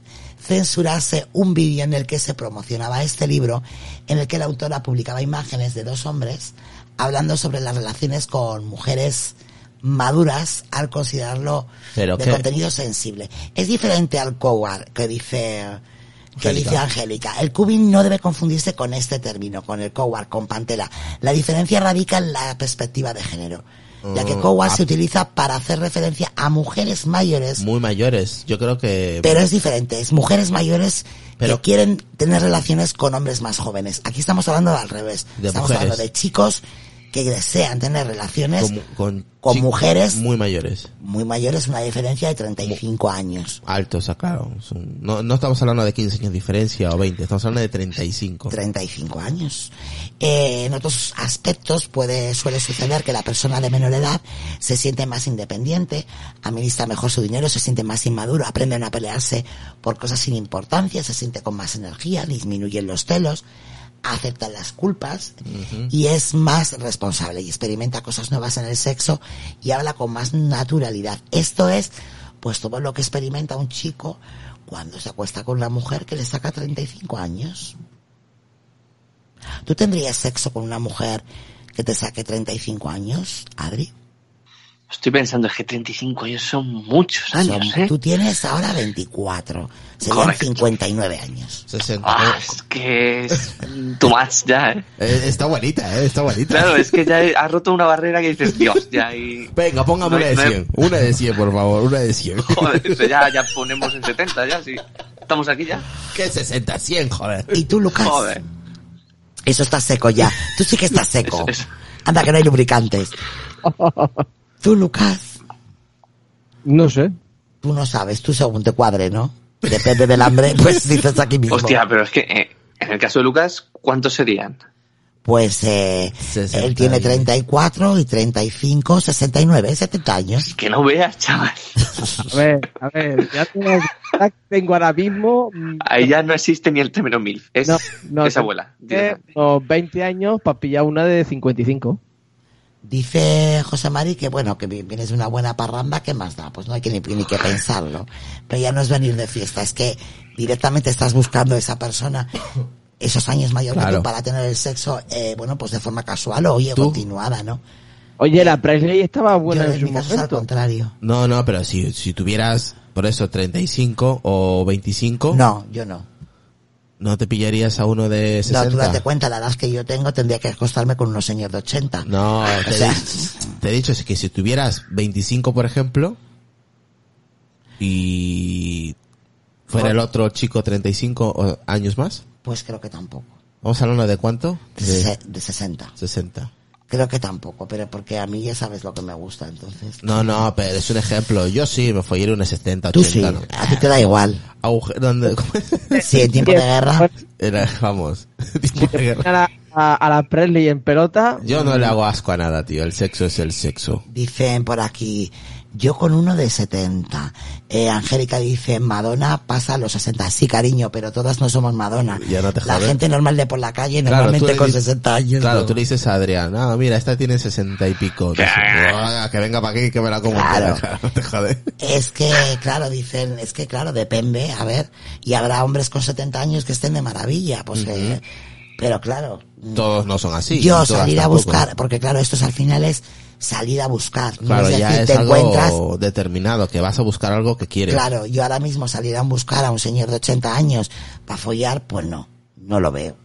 B: censurase un vídeo en el que se promocionaba este libro, en el que la autora publicaba imágenes de dos hombres hablando sobre las relaciones con mujeres maduras al considerarlo
D: Pero
B: de
D: que-
B: contenido sensible. Es diferente al coward que dice que
D: Angélica.
B: dice Angélica. El cubing no debe confundirse con este término, con el coward, con pantela. La diferencia radica en la perspectiva de género, ya que
D: Mm,
B: coward
D: ah.
B: se utiliza para hacer referencia a mujeres mayores
D: Muy mayores. Yo creo que.
B: pero es diferente, es mujeres mayores que
D: Pero-
B: quieren tener relaciones con hombres más jóvenes. Aquí estamos hablando al revés.
D: De
B: estamos
D: mujeres.
B: hablando de chicos que desean tener relaciones
D: con, con
B: con
D: chi-
B: mujeres.
D: Muy mayores.
B: muy mayores, una diferencia de 35 años.
D: Altos, claro. Es un- No, no estamos hablando de 15 años de diferencia o 20, estamos hablando de 35.
B: 35 años. Eh, en otros aspectos puede, suele suceder que la persona de menor edad se siente más independiente, administra mejor su dinero, se siente más inmaduro, aprenden a pelearse por cosas sin importancia, se siente con más energía, disminuyen los celos, aceptan las culpas y es más responsable y experimenta cosas nuevas en el sexo y habla con más naturalidad. Esto es pues todo lo que experimenta un chico cuando se acuesta con una mujer que le saca 35 años. ¿Tú tendrías sexo con una mujer que te saque 35 años, Adri?
E: Estoy pensando, es que 35 años son muchos años,
B: Son-
E: ¿eh?
B: Tú tienes ahora 24. Serían
E: Correcto.
B: 59 años.
D: 60.
E: Ah, es que es too much ya, ¿eh?
D: Eh, está bonita, eh, está bonita.
E: Claro, es que ya has roto una barrera que dices, Dios, ya y...
D: Venga, póngame
E: No
D: una
E: hay-
D: de
E: no hay-
D: 100. Una de 100, por favor, una de 100.
E: Joder, eso ya, ya ponemos en 70, ya, sí. Estamos aquí ya.
D: ¿Qué 60? 100, joder.
B: ¿Y tú, Lucas?
E: Joder.
B: Eso está seco ya. Tú sí que estás seco.
E: Eso- eso.
B: Anda, que no hay lubricantes. Tú, Lucas,
C: No sé.
B: tú no sabes. Tú según te cuadre, ¿no? Depende del hambre, pues dices aquí mismo.
E: Hostia, pero es que eh, en el caso de Lucas, ¿cuántos serían?
B: Pues eh,
D: 60
B: él tiene
D: y-
B: 34 y 35, 69, 70 años.
E: Que no veas, chaval.
C: A ver, a ver, ya tengo, ya tengo ahora mismo mm,
E: Ahí ya no existe ni el término mil. Es,
C: No, no,
E: es
C: no.
E: abuela.
C: eh, unos 20 años para pillar una de 55.
B: Dice José Mari que bueno, que vi- vienes de una buena parranda, ¿qué más da? Pues no hay que ni, ni que pensarlo. Pero ya no es venir de fiesta, es que directamente estás buscando esa persona esos años mayor que tú
D: Claro.
B: para tener el sexo, eh, bueno, pues de forma casual o oye,
D: ¿Tú?
B: continuada, ¿no?
C: Oye, la Presley estaba
B: Yo
C: buena en
B: en
C: su
B: mi caso es al
C: momento.
B: contrario.
D: No, no, pero si, si tuvieras, por eso, 35 o 25,
B: No, yo no.
D: ¿no te pillarías a uno de
B: No, tú date
D: 60.
B: cuenta, la edad que yo tengo tendría que acostarme con unos señores de 80.
D: No,
B: O
D: te,
B: sea,
D: te he dicho es que si tuvieras 25, por ejemplo, y fuera el otro chico 35 o- años más,
B: pues creo que tampoco.
D: vamos a hablar de cuánto?
B: De,
D: De
B: se- de 60.
D: 60.
B: Creo que tampoco, pero porque a mí ya sabes lo que me gusta, entonces.
D: No, no, pero es un ejemplo. Yo sí, me follaría una 70, 80.
B: Tú sí,
D: ¿no?
B: a ti te da igual.
D: Auge- ¿dónde? ¿Cómo es?
B: Sí, en tiempo de guerra.
D: Era- vamos. tipo de guerra.
C: pues, A la, a, a la Presley en pelota.
D: Yo no le hago asco a nada, tío. El sexo es el sexo.
B: Dicen por aquí, yo con uno de 70. Eh, Angélica dice, Madonna pasa a los 60. Sí, cariño, pero todas no somos Madonna.
D: Ya no te
B: La
D: jodes.
B: gente normal de por la calle,
D: Claro,
B: normalmente
D: tú le
B: con
D: dices-
B: 60 años.
D: Claro,
B: ¿no?
D: tú le dices a Adrián, ah, mira, esta tiene 60 y pico. Dice, "Ah, que venga para aquí que me la como
B: Claro.
D: entera". Claro, te jode.
B: Es que, claro, dicen, es que, claro, depende, a ver. Y habrá hombres con 70 años que estén de maravilla, pues eh, Pero claro,
D: Todos no son así.
B: yo
D: y todas
B: salir a
D: tampoco.
B: buscar, porque claro, esto es, al final es salir a buscar. no
D: Claro,
B: es
D: ya
B: decir,
D: es
B: te
D: algo
B: encuentras
D: determinado, que vas a buscar algo que quieres.
B: Claro, yo ahora mismo salir a buscar a un señor de 80 años para follar, pues no, no lo veo.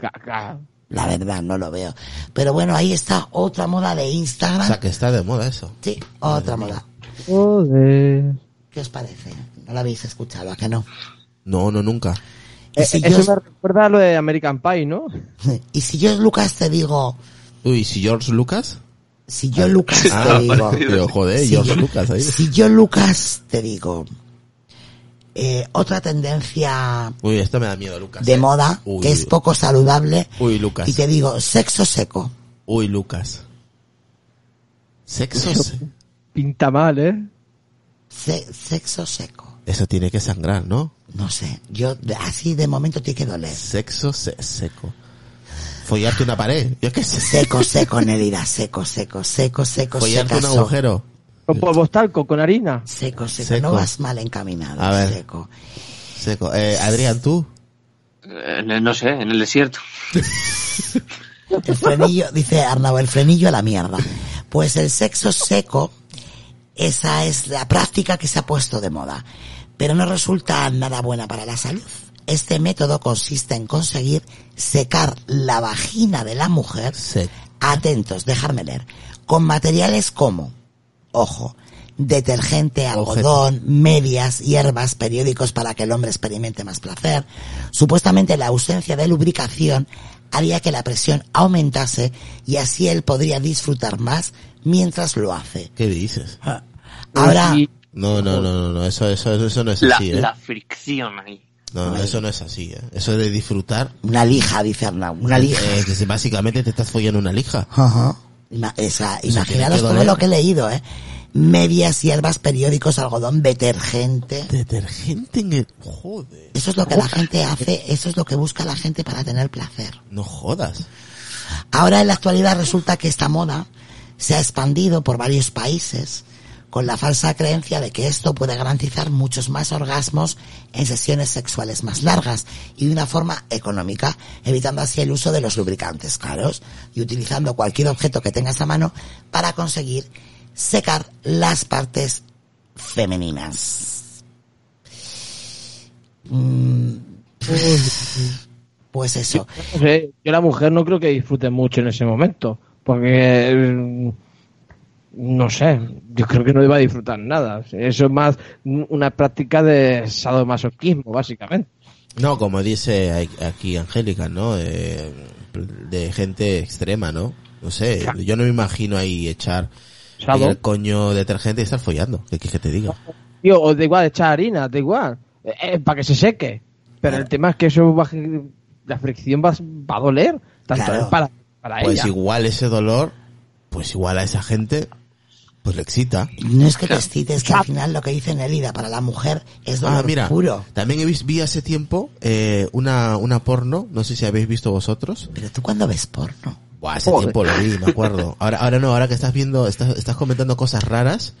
C: Ca- ca-
B: La verdad, no lo veo. Pero bueno, ahí está otra moda de
D: O
B: Instagram.
D: sea, que está de moda eso.
B: Sí, otra moda.
C: Joder.
B: ¿Qué os parece? ¿No la habéis escuchado? ¿A que no?
D: No, no, nunca.
B: Y
C: Eh,
B: si, yo,
C: eso me recuerda a lo de American Pie, ¿no?
B: y si yo, Lucas, te digo...
D: Uy, si George Lucas?
B: Si yo, Lucas, te
D: Ah,
B: digo...
D: tío, joder,
B: si
D: George
B: yo-
D: Lucas ahí.
B: Si yo, Lucas, te digo... eh, otra tendencia
D: Uy, esto me da miedo, Lucas.
B: de
D: eh.
B: moda
D: Uy,
B: que es poco saludable
D: Uy, Lucas.
B: y te digo sexo seco.
D: Uy, Lucas. Sexo. se-
C: Pinta mal, ¿eh?
B: Se- sexo seco.
D: Eso tiene que sangrar, ¿no?
B: No sé. Yo de- así de momento tiene que doler.
D: Sexo se- seco. Follarte una pared. Yo qué sé.
B: Seco, seco, Nelida. Seco, seco, seco, seco,
D: Follarte
B: seco.
D: un agujero.
C: Con polvos talco, con harina.
B: Seco, seco.
D: Seco.
B: No vas mal encaminado.
D: A ver.
B: Seco.
D: Seco. Eh, Adrián, tú.
E: Eh, en el- no sé, en el desierto.
B: El frenillo, dice Arnau, el frenillo a la mierda. Pues el sexo seco Esa es la práctica que se ha puesto de moda, pero no resulta nada buena para la salud. Este método consiste en conseguir secar la vagina de la mujer
D: Se-
B: atentos, dejarme leer, con materiales como, ojo, detergente, algodón, medias, hierbas, periódicos para que el hombre experimente más placer. Supuestamente la ausencia de lubricación haría que la presión aumentase y así él podría disfrutar más mientras lo hace.
D: ¿Qué dices?
B: Ahora,
C: Y-
D: No, no, no, no, no, eso, eso, eso no es
E: La,
D: así, ¿eh?
E: la fricción ahí.
D: No, no, eso no es así, ¿eh? Eso de disfrutar,
B: una lija, dice Arnau, una lija.
D: eh, que si básicamente te estás follando una lija.
B: Ajá. Ima- esa-
D: tiene
B: imaginaros
D: que
B: todo
D: doler.
B: lo que he leído, eh. Medias, hierbas, periódicos, algodón, detergente.
D: Detergente en el... Joder,
B: Eso es lo que la gente hace, eso es lo que busca la gente para tener placer.
D: no jodas.
B: Ahora en la actualidad resulta que esta moda se ha expandido por varios países con la falsa creencia de que esto puede garantizar muchos más orgasmos en sesiones sexuales más largas y de una forma económica, evitando así el uso de los lubricantes caros y utilizando cualquier objeto que tengas a mano para conseguir secar las partes femeninas. Mm, pues eso.
C: No sé, yo la mujer no creo que disfrute mucho en ese momento, porque eh, no sé, yo creo que no iba a disfrutar nada. Eso es más una práctica de sadomasoquismo, básicamente.
D: No, como dice a- aquí Angélica, ¿no? Eh, de gente extrema, ¿no? No sé, yo no me imagino ahí echar
C: Sado.
D: el coño detergente y estar follando. ¿Qué quieres que te diga?
C: Tío, o da igual echar harina, da igual, eh, eh, para que se seque. Pero el tema es que eso va- la fricción va, va a doler, tanto
B: Claro.
C: a él para, para
D: Pues
C: ella.
D: igual ese dolor, pues igual a esa gente, pues le excita.
B: No es que te excites, que al final lo que dice Nelida para la mujer es dolor
D: Ah, mira,
B: puro.
D: también he vis- vi hace tiempo eh, una, una porno, no sé si habéis visto vosotros.
B: Pero tú cuando ves porno.
D: Buah, hace
C: Joder.
D: tiempo lo vi, me acuerdo. Ahora, ahora no, ahora que estás viendo, estás, estás comentando cosas raras.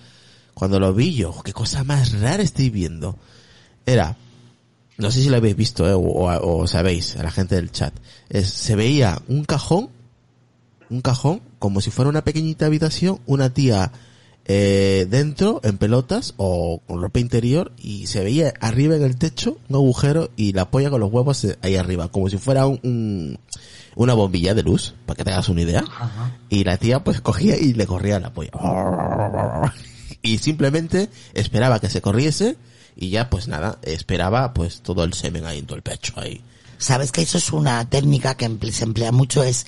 D: Cuando lo vi yo, qué cosa más rara estoy viendo. Era, no sé si lo habéis visto eh, o, o- o sabéis, a la gente del chat. Es- se veía un cajón, un cajón, como si fuera una pequeñita habitación, una tía eh, dentro, en pelotas o con ropa interior, y se veía arriba en el techo un agujero y la polla con los huevos eh, ahí arriba, como si fuera un- un, una bombilla de luz, para que te hagas una idea. Y la tía pues cogía y le corría la polla. Y simplemente esperaba que se corriese y ya pues nada, esperaba pues todo el semen ahí en todo el pecho ahí.
B: Sabes que eso es una técnica que emple- se emplea mucho, es...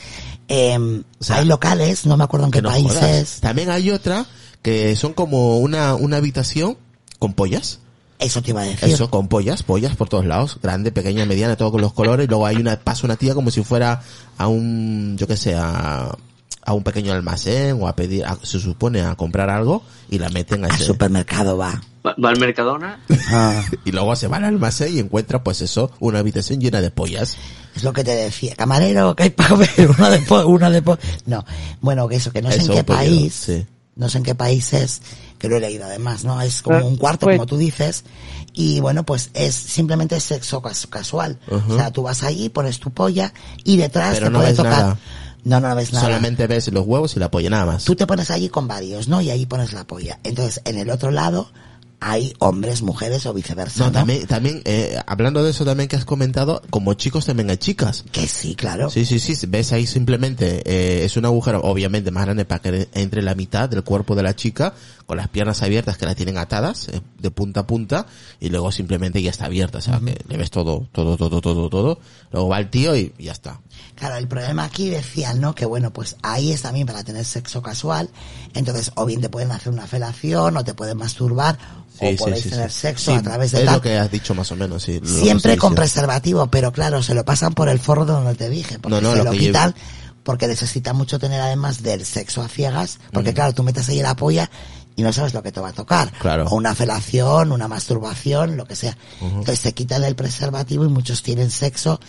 B: em,
D: sea,
B: hay locales, no me acuerdo en qué
D: Que no
B: países.
D: jodas. También hay otra que son como una, una habitación con pollas.
B: Eso te iba a decir.
D: Eso, con pollas, pollas por todos lados, grande, pequeña, mediana, todo con los colores, y luego hay una, pasa una tía como si fuera a un, yo que sé, a, a un pequeño almacén o a pedir, a- se supone a comprar algo y la meten a
B: Al
D: ese-
B: supermercado va.
E: Va, va al Mercadona,
D: y luego se va al almacén y encuentra pues eso, una habitación llena de pollas.
B: Es lo que te decía. Camarero, que hay para comer una de po- una de po- No. Bueno, que eso, que no sé
D: Eso,
B: en qué
D: pero,
B: país.
D: sí.
B: No sé en qué país es, que lo he leído además, ¿no? Es como
C: Pero,
B: un cuarto,
C: pues-
B: como tú dices. Y bueno, pues es simplemente sexo cas- casual.
D: Ujú.
B: O sea, tú vas allí, pones tu polla y detrás
D: Pero
B: te
D: no
B: puede
D: ves
B: tocar.
D: nada.
B: No, no ves nada.
D: Solamente ves los huevos y la polla nada más.
B: Tú te pones allí con varios, ¿no? Y ahí pones la polla. Entonces, en el otro lado hay hombres, mujeres o viceversa.
D: No,
B: ¿no?
D: también, también, eh, hablando de eso también que has comentado, como chicos también hay chicas.
B: Que sí, claro.
D: Sí, sí, sí, ves ahí simplemente, eh, es un agujero obviamente más grande para que entre la mitad del cuerpo de la chica, con las piernas abiertas que la tienen atadas, eh, de punta a punta, y luego simplemente ya está abierta, o sea, que le ves todo, todo, todo, todo, todo, luego va el tío y ya está.
B: Claro, el problema aquí decían, ¿no? Que bueno, pues ahí es también para tener sexo casual. Entonces, o bien te pueden hacer una felación, o te pueden masturbar,
D: Sí,
B: o
D: sí,
B: podéis
D: sí, sí.
B: tener sexo
D: Sí,
B: a través de
D: Es
B: tal.
D: lo que has dicho más o menos, sí. lo que
B: Siempre
D: estoy
B: con
D: diciendo.
B: preservativo, pero claro, se lo pasan por el forro donde te dije, porque
D: No, no,
B: se
D: lo
B: lo
D: que
B: quitan,
D: llevo.
B: porque necesita mucho tener además del sexo a ciegas, porque claro, tú metes ahí la polla y no sabes lo que te va a tocar.
D: Claro.
B: O una felación, una masturbación, lo que sea. Entonces te quitan el preservativo y muchos tienen sexo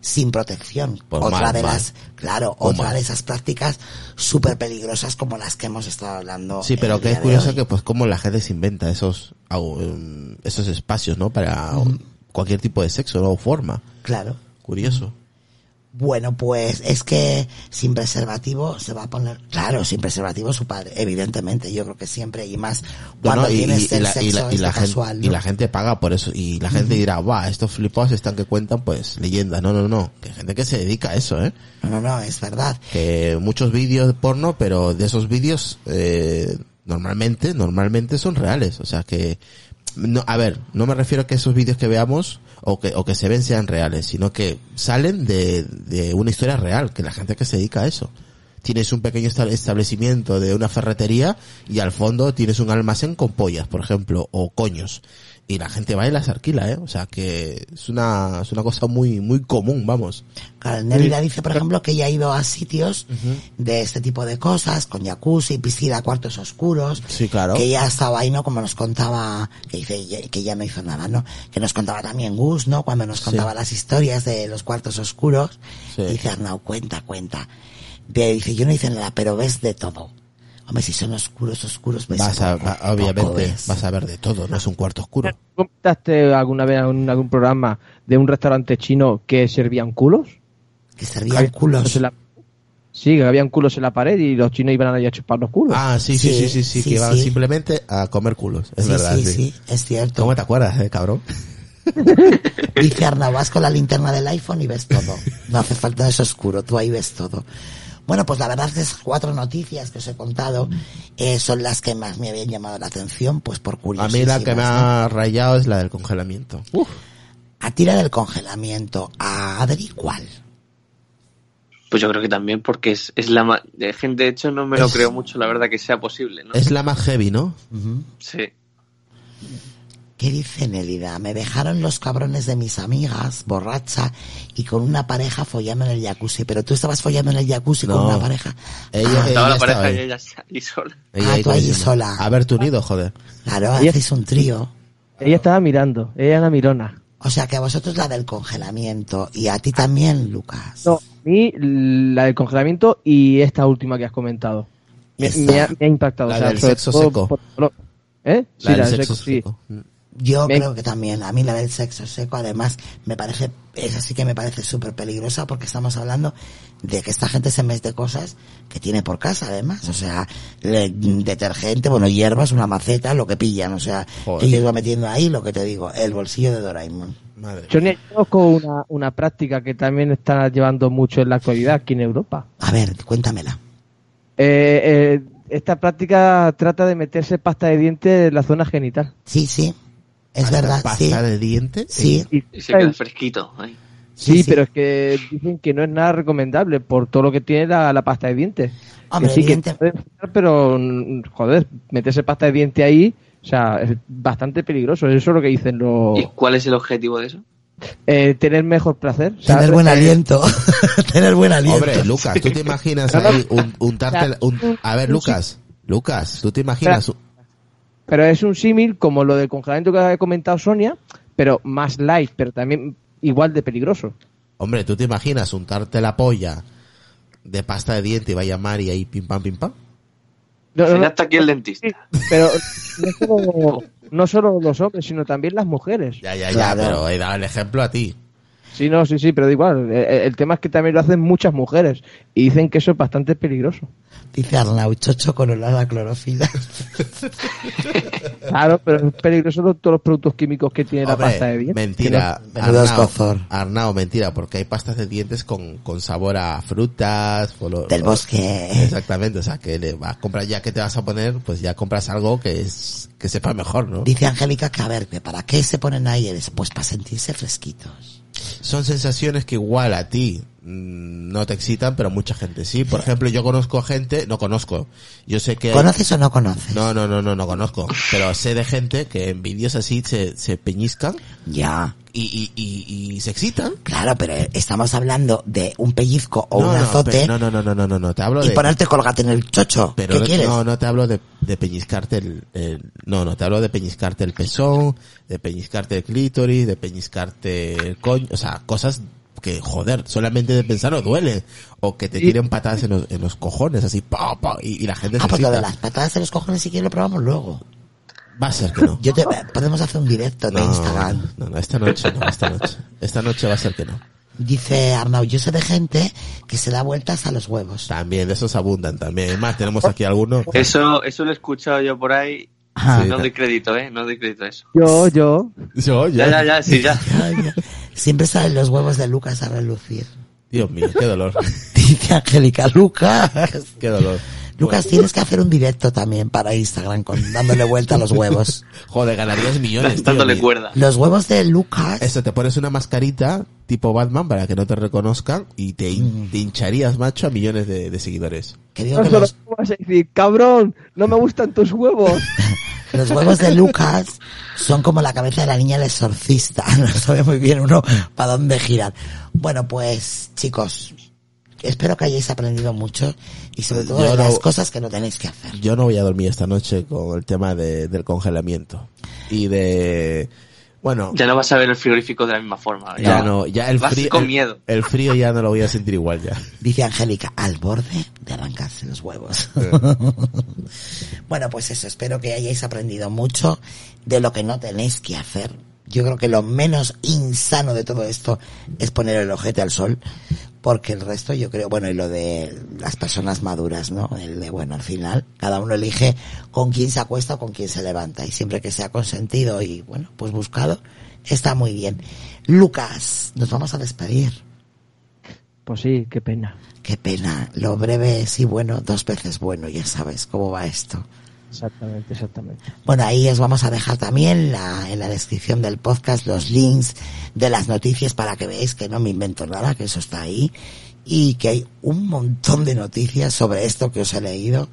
B: sin protección.
D: Pues
B: otra
D: mal,
B: de
D: mal.
B: las, claro,
D: Pues
B: otra
D: mal.
B: de esas prácticas súper peligrosas como las que hemos estado hablando.
D: Sí, pero
B: el
D: que
B: día
D: es
B: de
D: curioso
B: hoy.
D: que pues como la gente se inventa esos au- em, esos espacios, ¿no? Para um, cualquier tipo de sexo, ¿no? O forma.
B: Claro.
D: Curioso.
B: Bueno, pues es que sin preservativo se va a poner, claro, sin preservativo su padre, evidentemente, yo creo que siempre y más cuando
D: Bueno, y,
B: tienes
D: y
B: el
D: la,
B: sexo
D: y la- y la
B: extra
D: gente,
B: casual,
D: y
B: ¿no?
D: la gente paga por eso. Y la gente dirá, va, estos flipados están que cuentan, pues, leyendas. No, no, no. Que hay gente que se dedica a eso, ¿eh?
B: No, no, no, es verdad.
D: Que Eh, muchos vídeos de porno, pero de esos vídeos, eh, normalmente, normalmente son reales. O sea que, no, a ver, no me refiero a que esos vídeos que veamos o que, o que se ven sean reales, sino que salen de, de una historia real, que la gente que se dedica a eso. Tienes un pequeño esta- establecimiento de una ferretería y al fondo tienes un almacén con pollas, por ejemplo, o coños. Y la gente va y las alquila, ¿eh? O sea que es una, es una cosa muy, muy común, vamos.
B: Claro, Nelida dice, por ejemplo, que ella ha ido a sitios de este tipo de cosas, con jacuzzi, piscina, cuartos oscuros.
D: Sí, claro.
B: Que ella estaba ahí, ¿no? Como nos contaba, que dice que ella no hizo nada, ¿no? Que nos contaba también Gus, ¿no? Cuando nos contaba las historias de los cuartos oscuros.
D: Sí.
B: Dice Arnau, cuenta, cuenta. De- dice, yo no hice nada, pero ves de todo. Hombre, si son oscuros, oscuros, ves
D: Vas a,
B: poco,
D: va-
B: poco
D: obviamente,
B: ves.
D: vas a ver de todo, no es un cuarto oscuro.
C: ¿Comentaste alguna vez en algún, algún programa de un restaurante chino que servían culos?
B: Que servían culos.
C: en la- Sí, que habían culos en la pared y los chinos iban allí a chupar los culos.
D: Ah, sí, sí,
B: Sí,
D: sí, sí, sí,
B: sí,
D: que van
B: sí.
D: simplemente a comer culos, es
B: sí,
D: verdad.
B: sí,
D: sí.
B: sí, es cierto.
D: ¿Cómo te acuerdas, eh, cabrón?
B: Dice Arnau, vas con la linterna del iPhone y ves todo. No hace falta eso oscuro, tú ahí ves todo. Bueno, pues la verdad es que esas cuatro noticias que os he contado eh, son las que más me habían llamado la atención, pues por
D: A
B: curiosidad.
D: mí la que me ha rayado es la del congelamiento. Uf.
B: A tira del congelamiento, a Adri, ¿cuál?
E: Pues yo creo que también porque es, es la ma- de gente, de hecho, no me lo
D: Es-
E: creo mucho, la verdad, que sea posible, ¿no?
D: Es la más heavy, ¿no?
E: Sí.
B: ¿Qué dice Nelida? Me dejaron los cabrones de mis amigas, borracha, y con una pareja follando en el jacuzzi. Pero tú estabas follando en el jacuzzi
D: No.
B: con una pareja.
D: Ella,
E: Estaba
D: ella
E: la pareja
D: ahí.
E: y ella ahí sola.
D: Ella
B: Ah,
D: ahí
B: tú ahí
D: diciendo,
B: sola.
D: A ver tu nido, joder.
B: Claro,
C: Y es-
B: hacéis un trío.
C: Ella estaba mirando, ella era una mirona.
B: O sea que a vosotros la del congelamiento, y a ti también, Lucas.
C: No, a mí la del congelamiento y esta última que has comentado. Me,
B: Esta.
C: me ha, me ha impactado.
D: La
C: o sea,
D: del
C: sobre
D: sexo
C: todo
D: seco.
C: por- por- ¿Eh? Sí,
D: La
C: la
D: del
C: del
D: sexo Mm,
C: sexo, sí.
D: seco.
B: Yo
C: Me-
B: creo que también, a mí la del sexo seco, además, me parece, es así que me parece súper peligrosa porque estamos hablando de que esta gente se mete cosas que tiene por casa, además. O sea, le- detergente, bueno, hierbas, una maceta, lo que pillan. O sea,
D: Joder.
B: que ellos van metiendo ahí, lo que te digo, el bolsillo de Doraemon.
D: Madre.
C: Yo ni- conozco una, una práctica que también está llevando mucho en la actualidad aquí en Europa.
B: A ver, cuéntamela.
C: Eh, eh, esta práctica trata de meterse pasta de dientes en la zona genital.
B: Sí, sí, es
D: Hasta
B: verdad,
D: Pasta
B: sí.
D: de diente.
B: Sí,
C: Y-
E: Y se queda fresquito. ay.
C: sí,
B: sí, sí.
C: pero es que dicen que no es nada recomendable por todo lo que tiene la, la pasta de dientes.
B: Hombre,
C: que sí, que
B: evidente-
C: puede enfermar, pero mm, joder, meterse pasta de dientes ahí, o sea, es bastante peligroso. Eso es lo que dicen los...
E: ¿Y cuál es el objetivo de eso?
C: eh, tener mejor placer. eh,
B: Tener
C: ¿sabes?
B: buen aliento. Tener buen aliento.
D: Hombre, Lucas, ¿tú te imaginas ahí un, untarte... Un, a ver, Lucas. Lucas, ¿tú te imaginas un-
C: Pero es un símil como lo del congelamiento que ha comentado Sonia, pero más light, pero también igual de peligroso.
D: Hombre, ¿tú te imaginas untarte la polla de pasta de diente y vaya a llamar y ahí pim pam pim pam?
C: No, no,
E: Ven
C: no,
E: hasta aquí el dentista.
C: pero no solo, no solo los hombres, sino también las mujeres.
D: Ya, ya,
B: Claro.
D: ya, pero he dado el ejemplo a ti.
C: Sí, no, sí, sí, pero da igual. Eh, eh, El, tema es que también lo hacen muchas mujeres y dicen que eso es bastante peligroso.
B: Dice Arnau, chocho con olor a clorofila.
C: Claro, pero es peligroso lo- todos los productos químicos que tiene
D: Hombre,
C: la pasta de dientes.
D: mentira.
B: Que no- Menudo escozor.
D: Arnao, mentira, porque hay pastas de dientes con, con sabor a frutas. folo-
B: Del eh. bosque.
D: Exactamente, o sea, que le vas a comprar ya que te vas a poner, pues ya compras algo que es, que sepa mejor, ¿no?
B: Dice Angélica que a ver, que ¿para qué se ponen ahí? Y dice, Pues para sentirse fresquitos.
D: Son sensaciones que igual a ti mm, no te excitan, pero mucha gente sí. Por ejemplo, yo conozco gente, no conozco, yo sé que... hay-
B: ¿Conoces o no conoces?
D: No, no, no, no, no conozco. Pero sé de gente que en vídeos así se, se peñizcan
B: Ya.
D: y, y, y, y se excitan.
B: Claro, pero estamos hablando de un pellizco o
D: no,
B: un
D: no,
B: azote
D: pero- No, no, no, no, no, no, no, te hablo
B: y
D: de...
B: ponerte colgate en el chocho.
D: pero
B: ¿Qué
D: no-
B: quieres?
D: No, no te hablo de, de peñiscarte el, el- No, no, te hablo de peñiscarte el pezón, de peñiscarte el clítoris, de peñiscarte el coño, o sea, cosas que, joder, solamente de pensar no duele. O que te tiren patadas en los, en los cojones, así, pa, pa, y, y la gente
B: ah,
D: se
B: pues lo de
D: excita.
B: las patadas de los cojones si quieres lo probamos luego. eh,
D: Va a ser que no.
B: Yo te, podemos hacer un directo de Instagram.
D: No, no, esta noche no, esta noche. Esta noche va a ser que no.
B: Dice Arnau, yo sé de gente que se da vueltas a los huevos.
D: También, de esos abundan también. Es más, tenemos aquí algunos.
E: Eso, eso lo he escuchado yo por ahí.
B: Ah.
D: Sí,
E: no
D: ta-
E: doy crédito, ¿eh? No doy crédito a eso.
C: Yo, yo.
D: Yo, yo.
E: Ya, ya, ya, sí, ya.
B: Ay, ya. Siempre salen los huevos de Lucas a relucir.
D: Dios mío, qué dolor.
B: Dice Angélica, Lucas.
D: Qué dolor.
B: Lucas, tienes que hacer un directo también para Instagram con, dándole vuelta a los huevos.
D: Joder, ganarías millones. tío,
E: Dándole
D: mi-
E: cuerda.
B: Los huevos de Lucas.
D: Eso, te pones una mascarita tipo Batman para que no te reconozcan y te,
E: Mm.
D: hin- te hincharías, macho, a millones de, de seguidores.
B: Que digo
C: No
B: que
C: solo
B: los,
C: vas a decir, cabrón, no me gustan tus huevos.
B: los huevos de Lucas son como la cabeza de la niña del exorcista. No sabe muy bien uno para dónde girar. Bueno, pues, chicos, espero que hayáis aprendido mucho y sobre todo
D: Pues Yo
B: de las
D: no-
B: cosas que no tenéis que hacer.
D: Yo no voy a dormir esta noche con el tema de- del congelamiento y de... Bueno,
E: Ya no vas a ver el frigorífico de la misma forma.
D: ya no, ya el
E: Vas
D: frío...
E: con
D: el-
E: miedo.
D: El, frío ya no lo voy a sentir igual ya.
B: Dice Angélica, al borde de arrancarse los huevos. bueno, pues eso, espero que hayáis aprendido mucho de lo que no tenéis que hacer. Yo creo que lo menos insano de todo esto es poner el ojete al sol, porque el resto yo creo, bueno, y lo de las personas maduras, ¿no? El de, bueno, al final, cada uno elige con quién se acuesta o con quién se levanta, y siempre que sea consentido y, bueno, pues buscado, está muy bien. Lucas, nos vamos a despedir.
C: Pues sí, qué pena.
B: Qué pena, lo breve es y bueno, dos veces bueno, ya sabes cómo va esto.
C: Exactamente, exactamente.
B: Bueno, ahí os vamos a dejar también la, en la descripción del podcast los links de las noticias para que veáis que no me invento nada, que eso está ahí y que hay un montón de noticias sobre esto que os he leído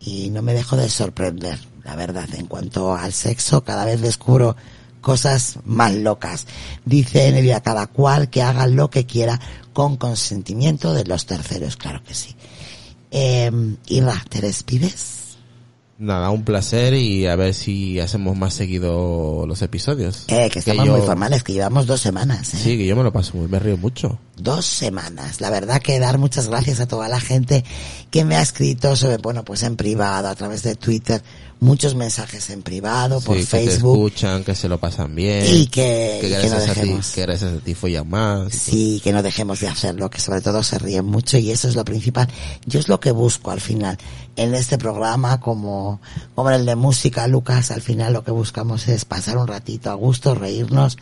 B: y no me dejo de sorprender, la verdad, en cuanto al sexo cada vez descubro cosas más locas. Dice Nelia, cada cual que haga lo que quiera con consentimiento de los terceros, claro que sí. Eh, Irra, ¿te despides?
D: Nada, un placer y a ver si hacemos más seguido los episodios.
B: Eh, que estamos
D: yo-
B: muy formales, que llevamos dos semanas, ¿eh?
D: Sí, que yo me lo paso muy, me río mucho.
B: Dos semanas. La verdad que dar muchas gracias a toda la gente que me ha escrito sobre, bueno, pues en privado, a través de Twitter, muchos mensajes en privado, por
D: Sí, que te
B: Facebook.
D: escuchan, que se lo pasan bien.
B: Y que, y que no
D: gracias a ti,
B: dejemos.
D: que gracias a ti follan más.
B: Sí, que no dejemos de hacerlo, que sobre todo se ríen mucho y eso es lo principal. Yo es lo que busco al final. En este programa, como, como en el de música, Lucas, al final lo que buscamos es pasar un ratito a gusto, reírnos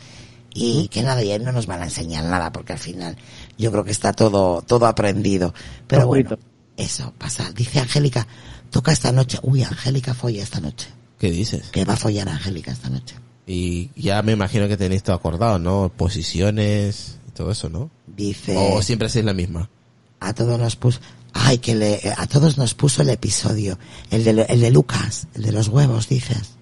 B: y que nada, y él no nos van a enseñar nada porque al final yo creo que está todo, todo aprendido. Pero
C: Todo
B: bueno,
C: bonito.
B: eso pasa. Dice Angélica, toca esta noche. Uy, Angélica folla esta noche.
D: ¿Qué dices?
B: Que va a follar Angélica esta noche.
D: Y ya me imagino que tenéis todo acordado, ¿no? Posiciones y todo eso, ¿no?
B: Dice.
D: O siempre hacéis la misma.
B: a todos nos puso ay que le, eh, a todos nos puso el episodio el de, el de Lucas el de los huevos dices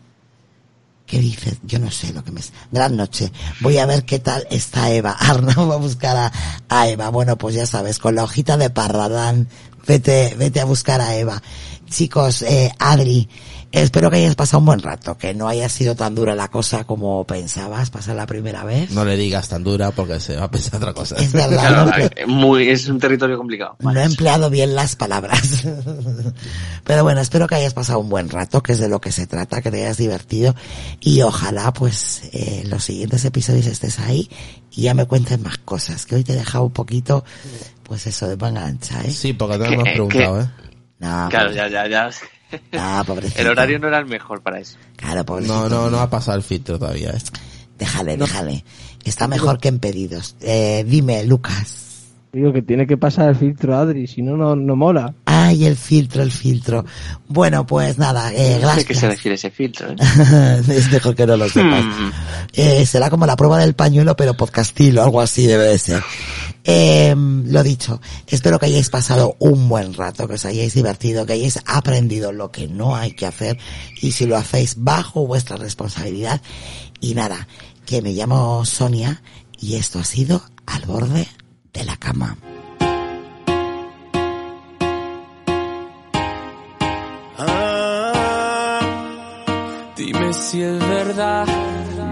B: ¿Qué dices? Yo no sé lo que me... es. Gran noche. Voy a ver qué tal está Eva. Arnau va a buscar a, a Eva. Bueno, pues ya sabes, con la hojita de parradán, vete, vete a buscar a Eva. Chicos, eh, Adri, espero que hayas pasado un buen rato, que no haya sido tan dura la cosa como pensabas pasar la primera vez.
D: No le digas tan dura porque se va a pensar otra cosa.
B: Es verdad, no
E: Claro,
B: empe-
E: es muy, es un territorio complicado.
B: No he empleado bien las palabras. Pero bueno, espero que hayas pasado un buen rato, que es de lo que se trata, que te hayas divertido. Y ojalá, pues, eh, en los siguientes episodios estés ahí y ya me cuentes más cosas, que hoy te he dejado un poquito, pues eso, de manga ancha, ¿eh?
D: Sí, porque no
E: ¿Qué-
D: hemos preguntado,
E: qué-
D: ¿eh?
B: No,
E: Claro,
B: pobre-
E: ya, ya, ya.
B: no, pobrecito.
E: El horario no era el mejor para eso.
B: Claro, pobrecito.
D: No, no, no ha pasado el filtro todavía. ¿eh?
B: Déjale, déjale. Está mejor que en pedidos. Eh, dime, Lucas.
C: Digo que tiene que pasar el filtro Adri, si no, no, no mola.
B: Ay, el filtro, el filtro. Bueno, pues nada, eh,
E: No
B: gracias.
E: sé qué se refiere ese filtro, ¿eh?
B: es mejor que no lo sepas.
E: Hmm.
B: Eh, será como la prueba del pañuelo, pero podcastilo, algo así debe de ser. Eh, lo dicho, espero que hayáis pasado un buen rato, que os hayáis divertido, que hayáis aprendido lo que no hay que hacer y si lo hacéis bajo vuestra responsabilidad. Y nada, que me llamo Sonia y esto ha sido Al borde de la cama.
F: Ah, dime si es verdad.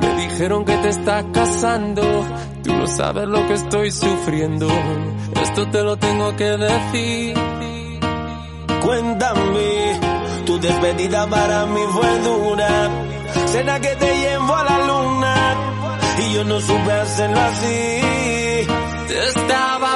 F: Me dijeron que te estás casando. Tú no sabes lo que estoy sufriendo. Esto te lo tengo que decir.
G: Cuéntame, tu despedida para mí fue dura. Cena que te llevo a la luna y yo no supe hacerlo así.
H: Te estaba
G: Oh,